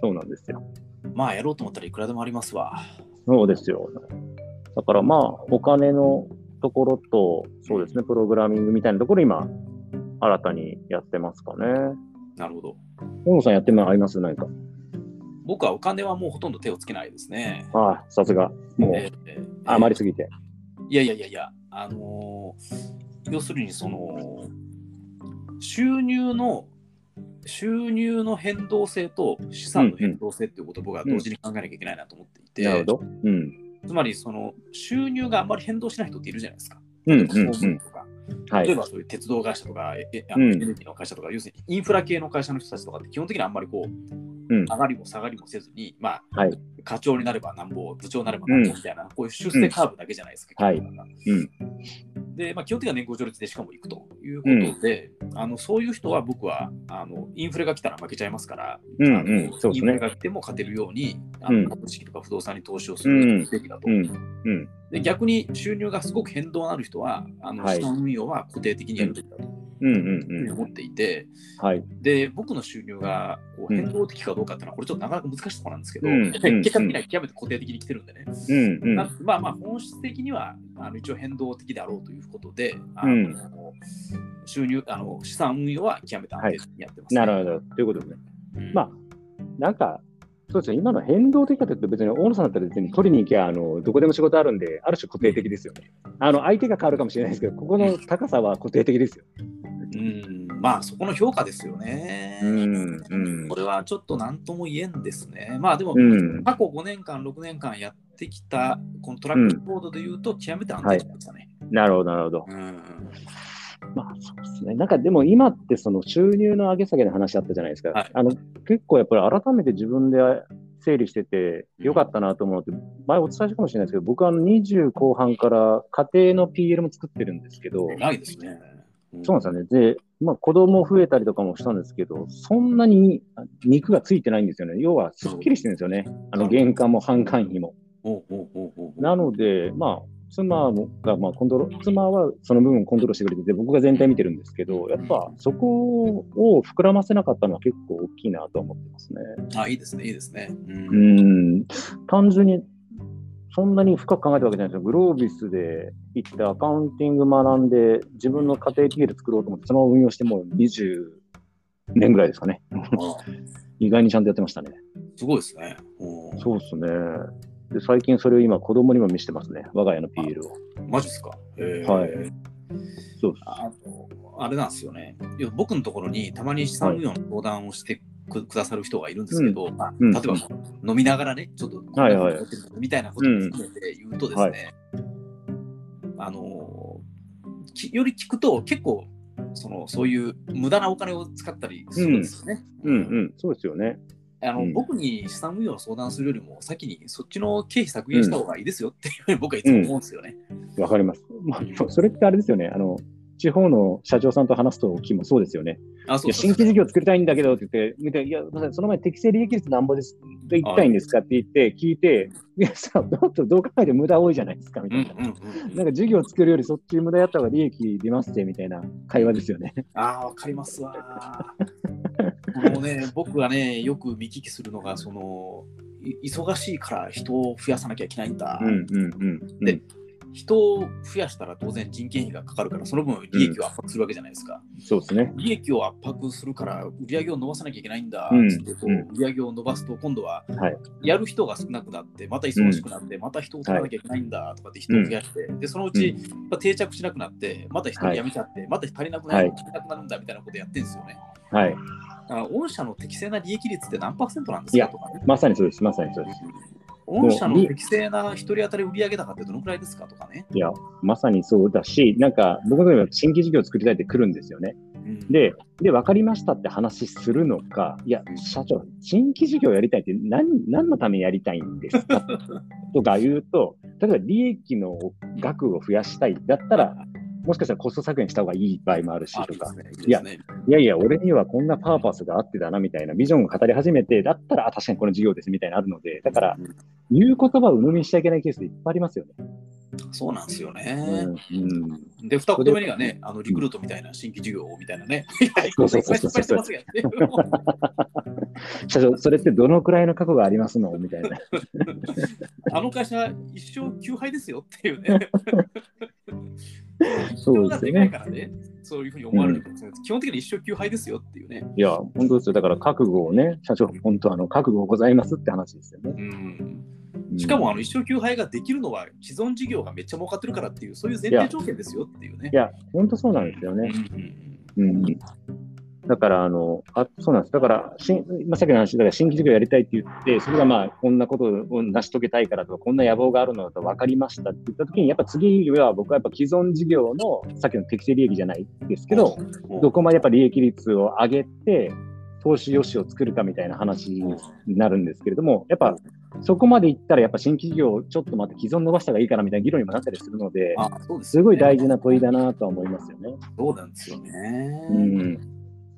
B: そうなんですよ。
A: まあ、やろうと思ったらいくらでもありますわ。
B: そうですよ。だからまあお金のところとそうですねプログラミングみたいなところ今新たにやってますかね。
A: なるほど。
B: 大野さんやってるのあります何か。
A: 僕はお金はもうほとんど手をつけないですね。
B: ああさすが。も
A: え
B: う
A: ー
B: 余りすぎて。
A: いやいやいやいや、あのー要するにその、収入の、収入の変動性と資産の変動性っていうことを僕は同時に考えなきゃいけないなと思っていて、
B: なるほど。うん。
A: つまりその収入があんまり変動しない人っているじゃないですか。
B: うんうん
A: 総
B: う
A: 務
B: ん。
A: とか
B: はい
A: 例え。ばそういう鉄道会社とか、ええあ
B: う
A: の
B: ん
A: エネルギーの会社とか、要するにインフラ系の会社の人たちとかって基本的にはあんまりこう、
B: うん
A: 上がりも下がりもせずに、まあ、
B: はい
A: 課長になればなんぼ、部長になればなんぼみたいな、こういう出世カーブだけじゃないですか、
B: うん
A: 基本的にはで、まあ、基本的には年功序列でしかも行くということで、あのそういう人は僕はあのインフレが来たら負けちゃいますから、
B: うんうん
A: あの
B: そうで
A: イ
B: す
A: ン
B: ね
A: フレが来ても勝てるように、あ
B: うん
A: の株式とか不動産に投資をするべきだと。
B: うん。うん。
A: で逆に収入がすごく変動のある人は、あの
B: はい
A: 資産運用は固定的にやるべきだと。
B: うん
A: ふう
B: うん
A: に
B: うん。
A: 思っていて、
B: はい。
A: で、僕の収入がこう変動的かどうかっていうのは、これちょっとなかなか難しいところなんですけど、
B: うん
A: 結果的
B: うん
A: には極めて固定的に来てるんでね。
B: うんうん。
A: なまあまあ、本質的にはあの一応変動的であろうということで、あ
B: う
A: の
B: ん
A: 収入あの、資産運用は極めて安定的にやってます、
B: なるほど。ということですね。
A: ほど
B: まあ、なんか、そうですね、今の変動的かというと、別に大野さんだったら別に取りに行きゃあの、どこでも仕事あるんで、ある種固定的ですよね。あの相手が変わるかもしれないですけど、ここの高さは固定的ですよ。
A: うん、まあそこの評価ですよね。
B: うんうん
A: これはちょっと何とも言えんですね。まあでも、
B: うん、
A: 過去5年間、6年間やってきた、このトラックボードで言うと、極めて安定しましたね。
B: なるほど、なるほど。
A: うん
B: まあそうですね、なんかでも今ってその収入の上げ下げの話あったじゃないですか、
A: はい
B: あの結構やっぱり改めて自分で整理しててよかったなと思うのって、前お伝えしたかもしれないですけど、僕はあの20後半から家庭の PL も作ってるんですけど、
A: ないですね。
B: そうなんですよね、でまあ、子供増えたりとかもしたんですけど、そんなに肉がついてないんですよね、要はすっきりしてるんですよね、あの玄関も反感費も。
A: おうおうおうおう
B: なので、まあ、妻が、まあ、コントロール妻はその部分をコントロールしてくれてて、僕が全体見てるんですけど、やっぱそこを膨らませなかったのは結構大きいなとは思ってますね。
A: あ、いいですね、いいですね。うん
B: うん、単純にそんなに深く考えたわけじゃないですよ。グロービスで行ってアカウンティング学んで、自分の家庭 PL 作ろうと思って、そのまま運用してもう20年ぐらいですかね。
A: あ
B: 意外にちゃんとやってましたね。
A: すごいですね。うん
B: そうですね。で最近それを今子供にも見せてますね。我が家の PL を。
A: マジですか。へー
B: はいそうです。
A: あとあれなんですよね。要は僕のところにたまに資産運用の相談をしてく,、くださる人がいるんですけど、まあ
B: うん
A: 例えば飲みながらね、ちょっと
B: はいはい
A: みたいなことも含めて言うとですね、あのきより聞くと結構そのそういう無駄なお金を使ったりするんですよね。
B: うんうん、そうですよね。
A: あの
B: うん
A: 僕に資産運用の相談するよりも先にそっちの経費削減した方がいいですよっていうふうに僕はいつも思うんですよね。
B: わかります。まあ、それってあれですよね。あの、地方の社長さんと話すときもそうですよね。
A: あそ
B: いや、新規事業作りたいんだけどって言って、見て、いや、ごめんなさいその前に適正利益率なんぼです、で行きたいんですかって言って、聞いて、いや、さ、どうとどう考えても無駄多いじゃないですか、み
A: う
B: た
A: んう
B: い
A: ん
B: な。
A: うんうん
B: なんか事業作るよりそっち無駄やった方が利益出ますってみたいな会話ですよね。
A: ああ、わかりますわー。もう ね、僕がね、よく見聞きするのが、その、い忙しいから人を増やさなきゃいけないんだ。
B: うんうん
A: で人を増やしたら当然人件費がかかるから、その分利益を圧迫するわけじゃないですか。
B: そうですね。
A: 利益を圧迫するから、売り上げを伸ばさなきゃいけないんだ。
B: うん
A: つってこう
B: うん
A: 売り上げを伸ばすと、今度は
B: はい、
A: やる人が少なくなって、また忙しくなって、また人を取らなきゃいけないんだとかって人を増やして、で、そのうち、まあ定着しなくなって、また人
B: はい
A: 辞めちゃって、また足りなくなる、
B: はい
A: 足りなくなるんだみたいなことやってるんですよね。
B: はい。
A: あ御社の適正な利益率って何パーセントなんで
B: い
A: すか
B: や
A: とかね。
B: まさにそうです。まさにそうです。
A: 御社の適正な一人当たり売上高ってどのくらいですかとかね。
B: いや、まさにそうだし、なんか僕の時も新規事業作りたいって来るんですよね。
A: うん、
B: で、で、分かりましたって話するのか、いや
A: うん、
B: 社長、新規事業やりたいって何、何のためにやりたいんで すかとか言うと、例えば利益の額を増やしたいだったら、もしかしたらコスト削減した方がいい場合もあるし
A: あ
B: とか、
A: いいですね
B: いや
A: いいですね
B: いやいや、俺にはこんなパーパスがあってだなみたいなビジョンを語り始めて、だったら、あ、確かにこの事業ですみたいなのあるので、だから、
A: うん
B: 言う言葉を鵜呑みにしちゃいけないケースでいっぱいありますよね。
A: そうなんですよね。
B: うんうん
A: で、二言目にはね、あのリクルートみたいな新規事業をみたいなね。いっ
B: そう
A: ぱ
B: そ
A: いう
B: そう
A: 失
B: そう
A: 敗してますよね。
B: 社長、それってどのくらいの過去がありますのみた いな。
A: あの会社、一生休敗ですよっていうね。
B: そうですよね
A: 人がかいからね。そういうふうに思われるかもしれないです基本的に一生休敗ですよっていうね。
B: いや、本当ですよ。だから覚悟をね、社長、本当、あの、覚悟ございますって話ですよね。
A: うん
B: うん
A: しかもあの一生休杯ができるのは既存事業がめっちゃ儲かってるからっていうそういう前
B: いや
A: 提条件ですよっていうね
B: い。や、本当そうなんですよね。
A: うん
B: うん。だから、あの、あそうなんです。だから、しんまあ、さっきの話、だから新規事業やりたいって言って、それがまあ、こんなことを成し遂げたいからとか、こんな野望があるのだと分かりましたって言ったときに、やっぱ次は僕はやっぱ既存事業の、さっきの適正利益じゃないですけど、どこまでやっぱ利益率を上げて、投資余地を作るかみたいな話になるんですけれども、やっぱそこまでいったら、やっぱ新規事業、ちょっとまた既存伸ばした方がいいかなみたいな議論にもなったりするので、
A: あそうです
B: す
A: よね
B: ごい大事な問いだなとは思いますよね。
A: そうなんですよね。
B: う
A: や
B: ん、
A: っ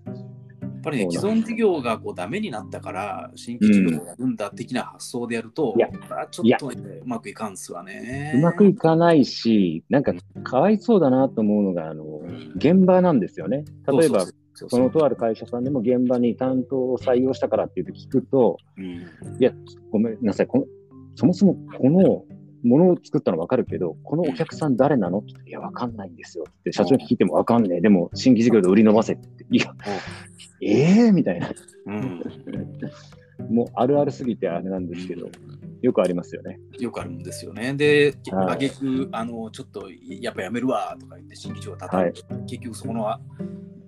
A: ぱぱりね、既
B: そう
A: 存事業がこうダメになったから、新規事業をやるんだ的な発想でやると、
B: いや
A: これはちょっとねうまくいかんすわね。
B: うまくいかないし、なんかかわいそうだなと思うのが、あの
A: ん
B: 現場なんですよね。例えば、
A: そうそう
B: そのとある会社さんでも現場に担当を採用したからって言って聞くと、
A: うん
B: いや、ごめんなさい、このそもそもこのものを作ったの分かるけど、このお客さん誰なのって言っていや、分かんないんですよって、社長に聞いても分かんねえ、でも新規事業で売り伸ばせって、いや、ええー、みたいな、
A: うん
B: もうあるあるすぎてあれなんですけど、よくありますよね。
A: よくあるんですよね。で、
B: はい
A: あげく、あの、ちょっとやっぱやめるわとか言って、新規事業を叩いて、結局そこの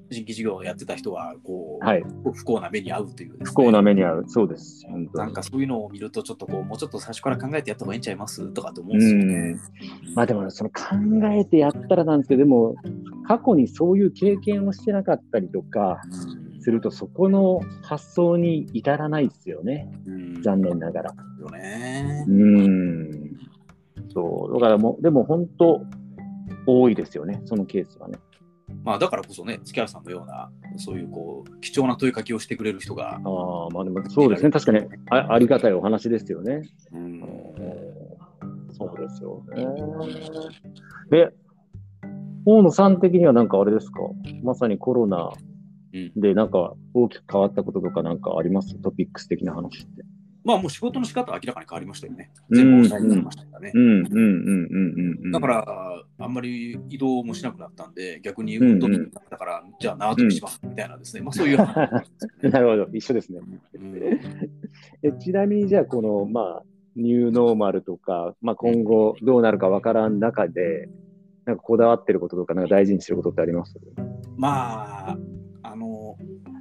A: 新規事業をやってた人は、こう、
B: はい、
A: 不幸な目に遭うというですね、
B: 不幸な目に遭う、そうです、本当
A: な
B: に
A: ん。かそういうのを見ると、ちょっとこう、もうちょっと最初から考えてやった方がいいんちゃいますとかと思う
B: うん
A: ですよね。
B: んまあでもねその考えてやったらなんですけどでも過去にそういう経験をしてなかったりとか
A: うん
B: するとそこの発想に至らないですよね
A: うん
B: 残念ながら。
A: よね
B: う。んそうだからもうでも本当多いですよねそのケースはね。
A: まあだからこそね、月原さんのような、そういうこう、貴重な問いかけをしてくれる人が、
B: ああまあでもそうですね確かにあありがたいお話ですよね。
A: うん
B: そうですよね。で、大野さん的にはなんかあれですかまさにコロナ
A: うん
B: でなんか大きく変わったこととかなんかありますトピックス的な話って。
A: まあもう仕事の仕方は明らかに変わりましたよね。
B: うん
A: 全部オンラインになりましたからね。
B: んうんうんうんうん
A: だから、あんまり移動もしなくなったんで、逆に
B: うんうん
A: 運動になったから、じゃあ縄跳びしますみたいなですね、まあそういう話なんですよね。
B: なるほど、一緒ですね。
A: うん
B: えちなみにじゃあこの、まあ、ニューノーマルとか、まあ、今後どうなるかわからん中で、なんかこだわってることとか、なんか大事にしてることってあります
A: まあ、あの、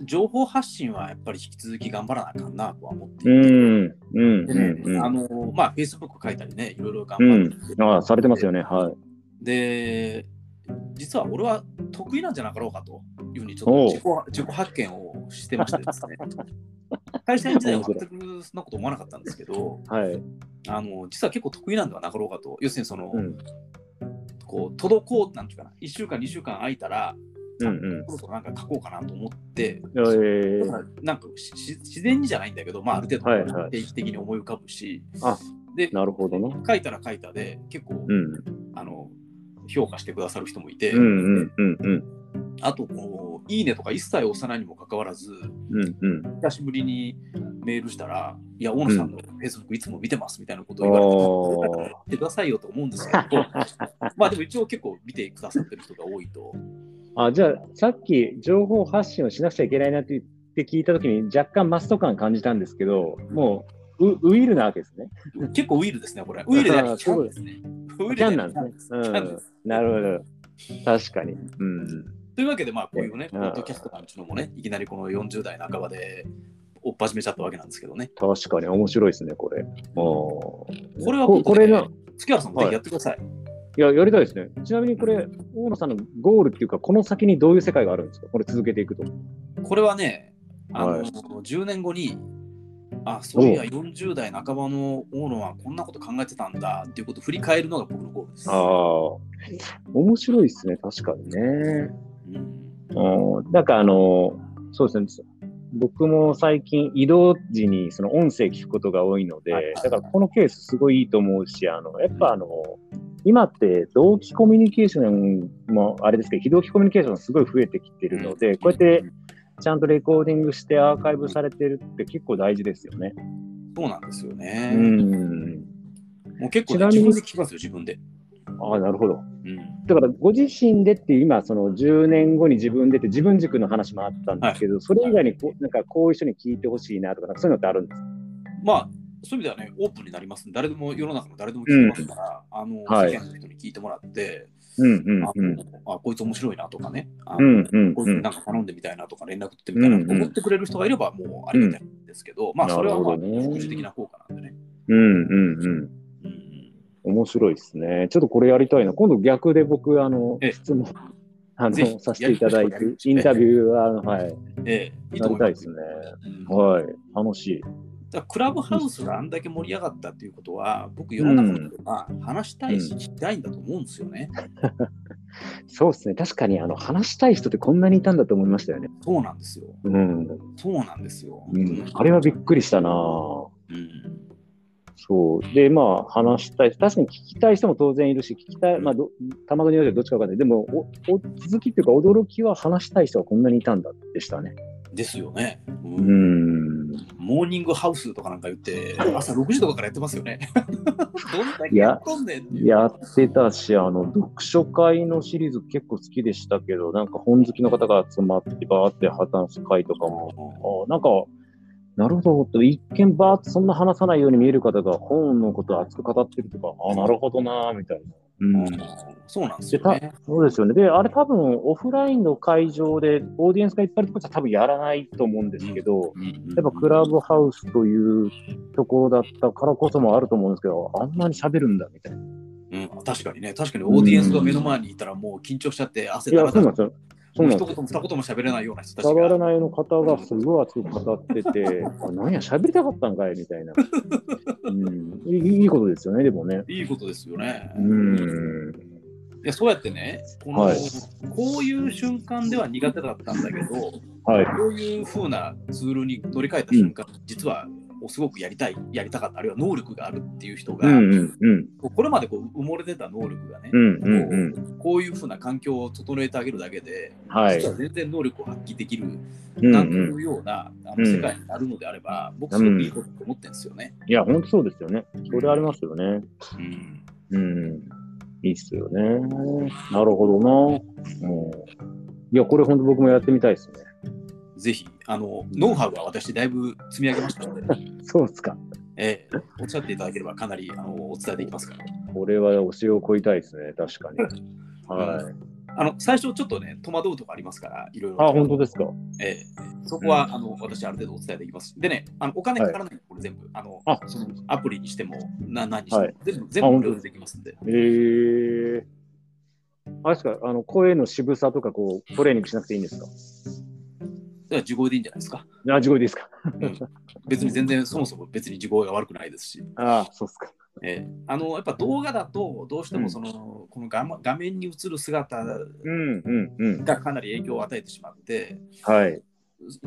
A: 情報発信はやっぱり引き続き頑張らなあかんなとは思っていて、
B: うん、うん、
A: で
B: うん、う
A: ね、
B: ん。
A: あ
B: あ
A: の、まあ、Facebook 書いたりね、いろいろ頑張ってて、
B: あ、されてますよね。はい。
A: で、実は俺は得意なんじゃなかろうかというふうに、ちょっと自己自己発見をしてましてです ね。会社員時代は全くそんなこと思わなかったんですけど、
B: はい。
A: あの実は結構得意なんではなかろうかと、要するにその、
B: うん、
A: こう滞うなんていうかな、1週間、2週間空いたら、
B: うん、うん。
A: そろそろなんか書こうかなと思って、
B: えー
A: だからなんかしし自然にじゃないんだけど、まあ、ある程
B: はいは
A: 度
B: い
A: 定期的に思い浮かぶし、
B: あ
A: で
B: なるほどな。
A: 書いたら書いたで、結構、
B: うん。
A: あの評価してくださる人もいて、
B: うんうんうんうん
A: あとこう、いいねとか一切押さないにもかかわらず、
B: うんうん。
A: 久しぶりにメールしたら、いや、大野さんの Facebook いつも見てますみたいなことを言われて、
B: ああ。
A: やってくださいよと思うんですけ ど、まあでも一応結構見てくださってる人が多いと。
B: あじゃあさっき情報発信をしなくちゃいけないなって言って聞いたときに若干マスト感感じたんですけど、もうウウイルなわけですね。
A: 結構ウイルですね、これ。ウイルじゃなくてキャンですね。ウイルじゃなくて
B: キャンなんですね
A: キャンです
B: うん、なるほど。確かに。うん。
A: というわけで、まあこういうね、
B: う
A: ポ
B: ん
A: ッドキャストなんていうのもね、いきなりこの40代半ばで追っ始めちゃったわけなんですけどね。
B: 確かに面白いですね、これ。こ
A: これは
B: これ
A: な
B: の、
A: 月原さんもぜひやってください。
B: いや、やりたいですね。ちなみにこれ、大野さんのゴールっていうか、この先にどういう世界があるんですかこれ続けていくと。
A: これはね、あの、
B: はい
A: 10年後に、あ、そういや、40代半ばの大野はこんなこと考えてたんだっていうことを振り返るのが僕のゴールです。
B: ああ。面白いですね、確かにね。
A: うん
B: うんなんかあの、そうですね、僕も最近移動時にその音声聞くことが多いので
A: はいはい、
B: だからこのケースすごいいいと思うし、あのやっぱあの、今って同期コミュニケーションもあれですけど、非同期コミュニケーションすごい増えてきてるので、こうやって、ちゃんとレコーディングしてアーカイブされてるって結構大事ですよね。
A: そうなんですよ
B: う
A: ね。
B: ん。
A: もう結構、
B: ち
A: ね、
B: なみ
A: 自
B: に
A: 分で聞きますよ、自分で。
B: ああ、なるほ
A: う
B: ど。
A: ん
B: だからご自身でっていう今その10年後に自分でって自分軸の話もあったんですけど、それ以外にこうなんかこういう人に聞いてほしいなとかなんかそういうのってあるんですか
A: まあ、そういう意味ではね、オープンになりますんで、誰でも、世の中の誰でも聞きますから、あの、
B: はい
A: 世間の人に聞いてもらって、
B: うん
A: あのあ、こいつ面白いなとかね、あ
B: う
A: の
B: んうん
A: こいつ
B: うん
A: なんか頼んでみたいなとか、連絡取ってみたいなとか思ってくれる人がいれば、もうありがたいんですけど、まあ、それはまあ、
B: なるほどね
A: 副次的な効果なんでね。
B: うんうんうん
A: うん
B: 面白いですねちょっとこれやりたいな今度逆で僕あの
A: ええ
B: 質問あ
A: ぜひ
B: のさせていただいて
A: やりましょう
B: インタビューはあのはい
A: ええ、いい
B: や
A: と思
B: り
A: い
B: たい
A: ま。
B: ですすね
A: うんだか
B: はい楽しい
A: らクラブハウスがあんだけ盛り上がったっていうことは、僕、世の中の人が話したいし、聞きたいんだと思うんですよね。
B: そうですね、確かにあの話したい人ってこんなにいたんだと思いましたよね。
A: そうなんですよ。
B: うん、
A: そうなんですよ。
B: うん、あれはびっくりしたな
A: うん
B: そう。で、まあ、話したい、確かに聞きたい人も当然いるし、聞きたい、まあど、卵によってどっちかわかんない。でも、おお気づきっていうか、驚きは話したい人はこんなにいたんだでしたね。
A: ですよね、う
B: うんん。
A: モーニングハウスとかなんか言って、朝6時とかからやってますよね。 どんだけ
B: いや
A: やっとんねんっていう。
B: やってたし、あの、読書会のシリーズ結構好きでしたけど、なんか本好きの方が集まって、バーって話す会とかも、あなんか、なるほどと、一見バーってそんな話さないように見える方が本のことを熱く語ってるとか、あなるほどなーみたいな。
A: う
B: うんん
A: そうなんですよね。
B: そうですよね。で、あれ多分オフラインの会場でオーディエンスがいっぱいいるとこじゃ多分やらないと思うんですけど、やっぱクラブハウスというところだったからこそもあると思うんですけど、あんなに喋るんだみたいな。
A: うん、確かにね、確かにオーディエンスが目の前にいたらもう緊張しちゃって汗
B: い
A: だ
B: や、
A: ら
B: そう
A: だ
B: なん
A: ら
B: ですよ。そうなん
A: 一
B: です
A: 言も二言も喋れないような人たち
B: 喋ら
A: が。
B: ないの方がすごい熱く語ってて、あなんや、喋りたかったんかいみたいな、うんいい。いいことですよね、でもね。
A: いいことですよね。
B: うん。
A: いやそうやってねこの、
B: はい
A: こういう瞬間では苦手だったんだけど、こ
B: はい。
A: ういう風なツールに乗り換えた瞬間、実はすごくやりたい、やりたかった、あるいは能力があるっていう人が、
B: うんうんうん。
A: これまでこう埋もれてた能力がね、
B: うんうんうん。
A: こういう風な環境を整えてあげるだけで、
B: はい
A: 実。は全然能力を発揮できる
B: うん
A: なんて
B: う
A: い
B: ん。
A: うような、あ
B: うん
A: の世界になるのであれば、僕すごくいいことだと思ってるんですよね。
B: いや、本当そうですよね。それありますよね。
A: うん
B: うん。いいっすよね。なるほどな。うん、いや、これ本当僕もやってみたいですね。
A: ぜひあの、ノウハウは私、だいぶ積み上げましたので、
B: そうですか。
A: ええおっしゃっていただければ、かなりあのお伝えできますから。
B: これは推しを超えたいですね。確 かに。はい。
A: あの最初ちょっとね、戸惑うとこありますから、いろいろ。
B: あ、本当ですか。
A: ええそこは、あの私、ある程度お伝えできます。でね、あのお金かからない、これ全部。あの
B: あ
A: そのアプリにしても、な何にしても、
B: はい
A: 全部、
B: あ
A: 全
B: 本
A: 部
B: 当
A: ルールできますんで。
B: えー。あれですか、あの声の渋さとかこうトレーニングしなくていいんですか
A: では、受講でいいんじゃないですか。
B: あ、地声ですか。
A: 別に全然、そもそも別に受講が悪くないですし。
B: あそうっすか。
A: ええあのやっぱ動画だと、どうして
B: う
A: も
B: ん
A: その、この画面画面に映る姿
B: うんうんうん。
A: がかなり影響を与えてしまって、
B: はい。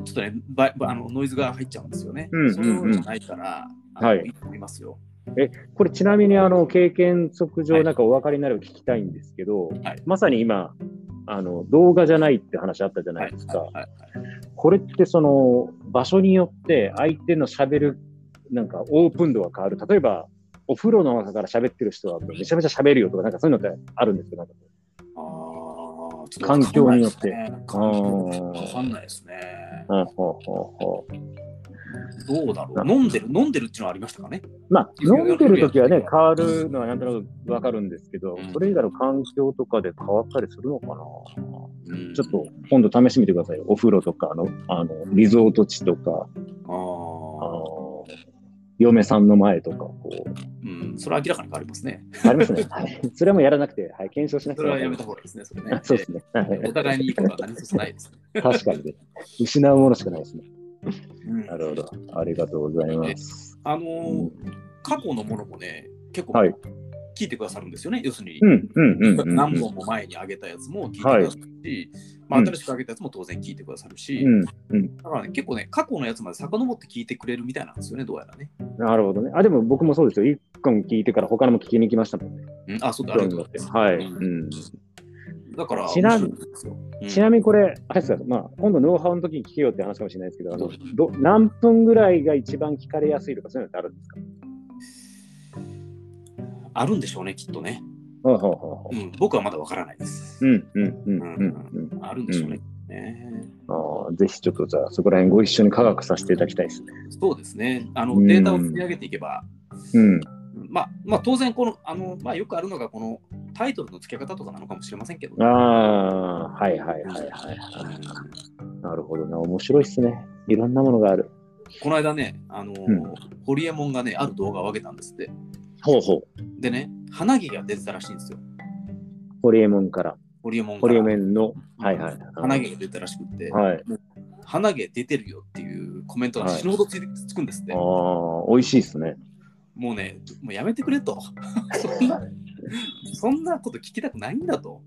A: ちょっとね、ばばあのノイズが入っちゃうんですよね。
B: うん
A: そういう
B: うんうん
A: のじゃないから、あの
B: はい
A: いと思いますよ。
B: これちなみにあの経験則
A: は
B: 上
A: い
B: なんかお分かりになれば聞きたいんですけど、
A: はい
B: まさに今あの動画じゃないって話あったじゃな
A: はいい
B: ですか、
A: はいはい
B: これってその場所によって相手のしゃべるなんかオープン度が変わる例えばお風呂の中から喋ってる人はめちゃめちゃ喋るよとかなんかそういうのってあるんですけどなんか
A: あーちょっと
B: 環境によって
A: わ
B: あ
A: かんないですね
B: ー
A: わかんないですね。
B: ほうほうほう
A: どうだろう。飲んでる、飲んでるっていうのはありましたかね。
B: まあ飲んでる時はね変わるのはなんとなく分かるんですけど
A: うん
B: それ以外の環境とかで変わったりするのかな
A: うん
B: ちょっと今度試してみてくださいよ。お風呂とかあの、あのリゾート地とか、あ
A: あ
B: の嫁さんの前とか、こう、
A: あ、うん、それは明らかに変わりますね。
B: ありま すね。はいそれはもうやらなくて、はい、検証しなく
A: そ
B: て
A: れ
B: わ
A: は
B: か
A: や
B: りま
A: め
B: す。
A: た方がいいですね、それね
B: そうですね。は
A: えーお互いにいいことは何一つないですね。
B: い確かにね。失うものしかないですね。
A: うん
B: なるほど。ありがとうございます。
A: あのー、過去のものもね、結構
B: はい
A: 聞いてくださるんですよね。要するに
B: う、ん、うん、うんうん。
A: 何本も前に上げたやつも聞いてくださるし、まあ、
B: うん
A: 新しく上げたやつも当然聞いてくださるし、
B: うん、
A: だからね、結構ね、過去のやつまで遡って聞いてくれるみたいなんですよね、どうやらね。
B: なるほどね。あ、でも僕もそうですよ。一本聞いてから他のも聞きに行きましたもんね。
A: うん、あ、そうだ、ありがとうございます。
B: はい。
A: う
B: うん
A: んだから、
B: ちなみ
A: 面白いですようん
B: ちなみにこれ、あれですか、まあ、今度ノウハウの時に聞けようって話かもしれないですけど、あのど何分ぐらいが一番聞かれやすいとか、そういうのってあるんですか
A: あるんでしょうね、きっとね。
B: ほうほうほうほ
A: うん、僕はまだわからないです。
B: ううんうんうんうんうん
A: あるんでしょうね。ね
B: あーぜひちょっとじゃあそこら辺ご一緒に科学させていただきたいですね。
A: そうですね。あ
B: う
A: の
B: ん
A: データを積み上げていけば、
B: うん、
A: うんまあ、まあ、当然このあの、まあ、よくあるのがこのタイトルの付け方とかなのかもしれませんけど、
B: あ
A: ね、
B: あはいはいはいはい。なるほどな面白いっすね。いろんなものがある。
A: この間ね、あのー
B: うん
A: ホリエモンがね、ある動画を上げたんですって。
B: ほうほう。
A: でね、花毛が出てたらしいんですよ。
B: ホリエモンから。
A: ホリエモン
B: ホ
A: か
B: リエ
A: ら
B: モンの。はいはい。
A: 花毛が出てたらしくって、
B: はい。
A: 花毛出てるよっていうコメントが死ぬほどつ,、つくんですって。
B: ああ美味しいっすね。
A: もう ね、もうやめてくれと。そんなそんなこと聞きたくないんだと。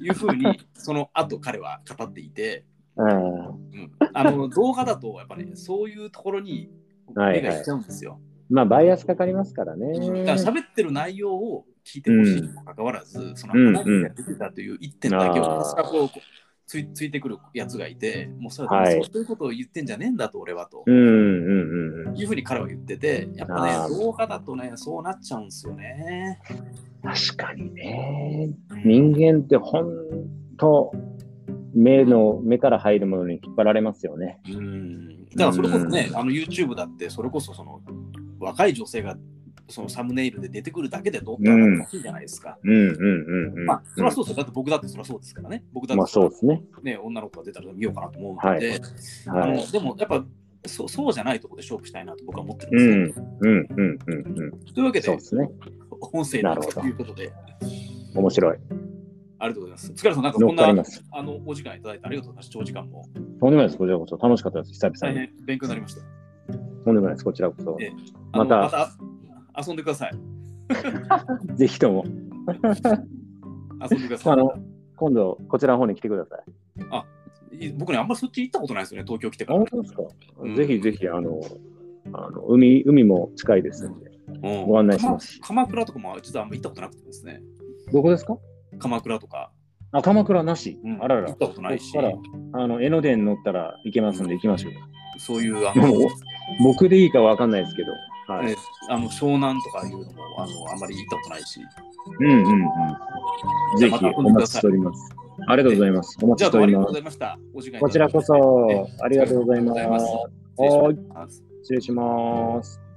A: いうふうに、その後彼は語っていて、
B: うん
A: うん、あの動画だと、やっぱね、そういうところに目がいっちゃうんですよ。
B: まあ、バイアスかかりますからね。
A: だから喋ってる内容を聞いてほしいにもかかわらず、その話が出てたという一点だけを
B: うんうん
A: 私がこうこうついついてくるやつがいて、もうそれは
B: はい
A: そうそういうことを言ってんじゃねえんだと、俺はと。
B: うんうんうんうん。
A: いうふうに彼は言ってて、やっぱ
B: あ
A: ね、
B: ー
A: 動画だとね、そうなっちゃうんですよね。
B: 確かにね。
A: うん
B: 人間って本当目の目から入るものに引っ張られますよね。
A: うんだからそれこそね、あの YouTube だって、それこそその若い女性がそのサムネイルで出てくるだけでどうって上がっていいじゃないですか。
B: うんうんうんうん。
A: まあ、それはそうですよ。だって僕だってそれはそうですからね。僕だ
B: まあ
A: って
B: そうですね。
A: ね、女の子が出たら見ようかなと思うの
B: は
A: で、
B: い
A: あ
B: はい。
A: のでもやっぱそうそうじゃないところで勝負したいなと僕は思ってるん
B: う
A: です
B: ん
A: ね。
B: うんうんうんうん。
A: というわけ
B: そう
A: で
B: で、すね。
A: 本性
B: な
A: だ
B: るほど
A: ということで、
B: 面白い。
A: ありがとうございます。塚原さん、なんか
B: 乗
A: こ
B: っ
A: ん
B: かり
A: な
B: ます。
A: あのお時間いただいてありがとうございます。長時間も
B: とんでもないです。こちらこそ楽しかったです。久
A: 大
B: 々に。
A: 変勉強になりました。
B: とんでもないです。こちらこそ
A: え。あの
B: また
A: また遊んでください。
B: ぜひとも
A: 遊んでください
B: あ。の今度こちらの方に来てください。
A: い僕ね、あんまりそっち行ったことないですよね、東京来てから
B: 本。当ですか
A: うん。
B: ぜひぜひあのあの海海も近いですので。
A: うん
B: ご案内します
A: 鎌鎌倉とかも実はあんま行ったことなくてですね、
B: どこですか？
A: 鎌倉とか、
B: あ鎌倉なし。
A: うん
B: あら
A: 行
B: ら
A: っ。たことないし
B: こ、こからあの江ノ電乗ったら行けますんで行きましょう。
A: そういうあ
B: で
A: の
B: も僕でいいかわかんないですけど。はい
A: ね。あの湘南とかいうのもあのあんまり行ったことないし、
B: うんうんうん。ぜひ
A: また
B: お待ちしております。ありがとうございます。お
A: じゃ
B: 待ち
A: あ
B: して
A: どうもありが
B: おりま
A: とうござ
B: す。
A: いました。お時間いただき
B: こちらこそありがとうござい
A: あ
B: ま
A: り
B: す
A: がとう。
B: は
A: ござ
B: い
A: います。失礼します
B: 失礼します。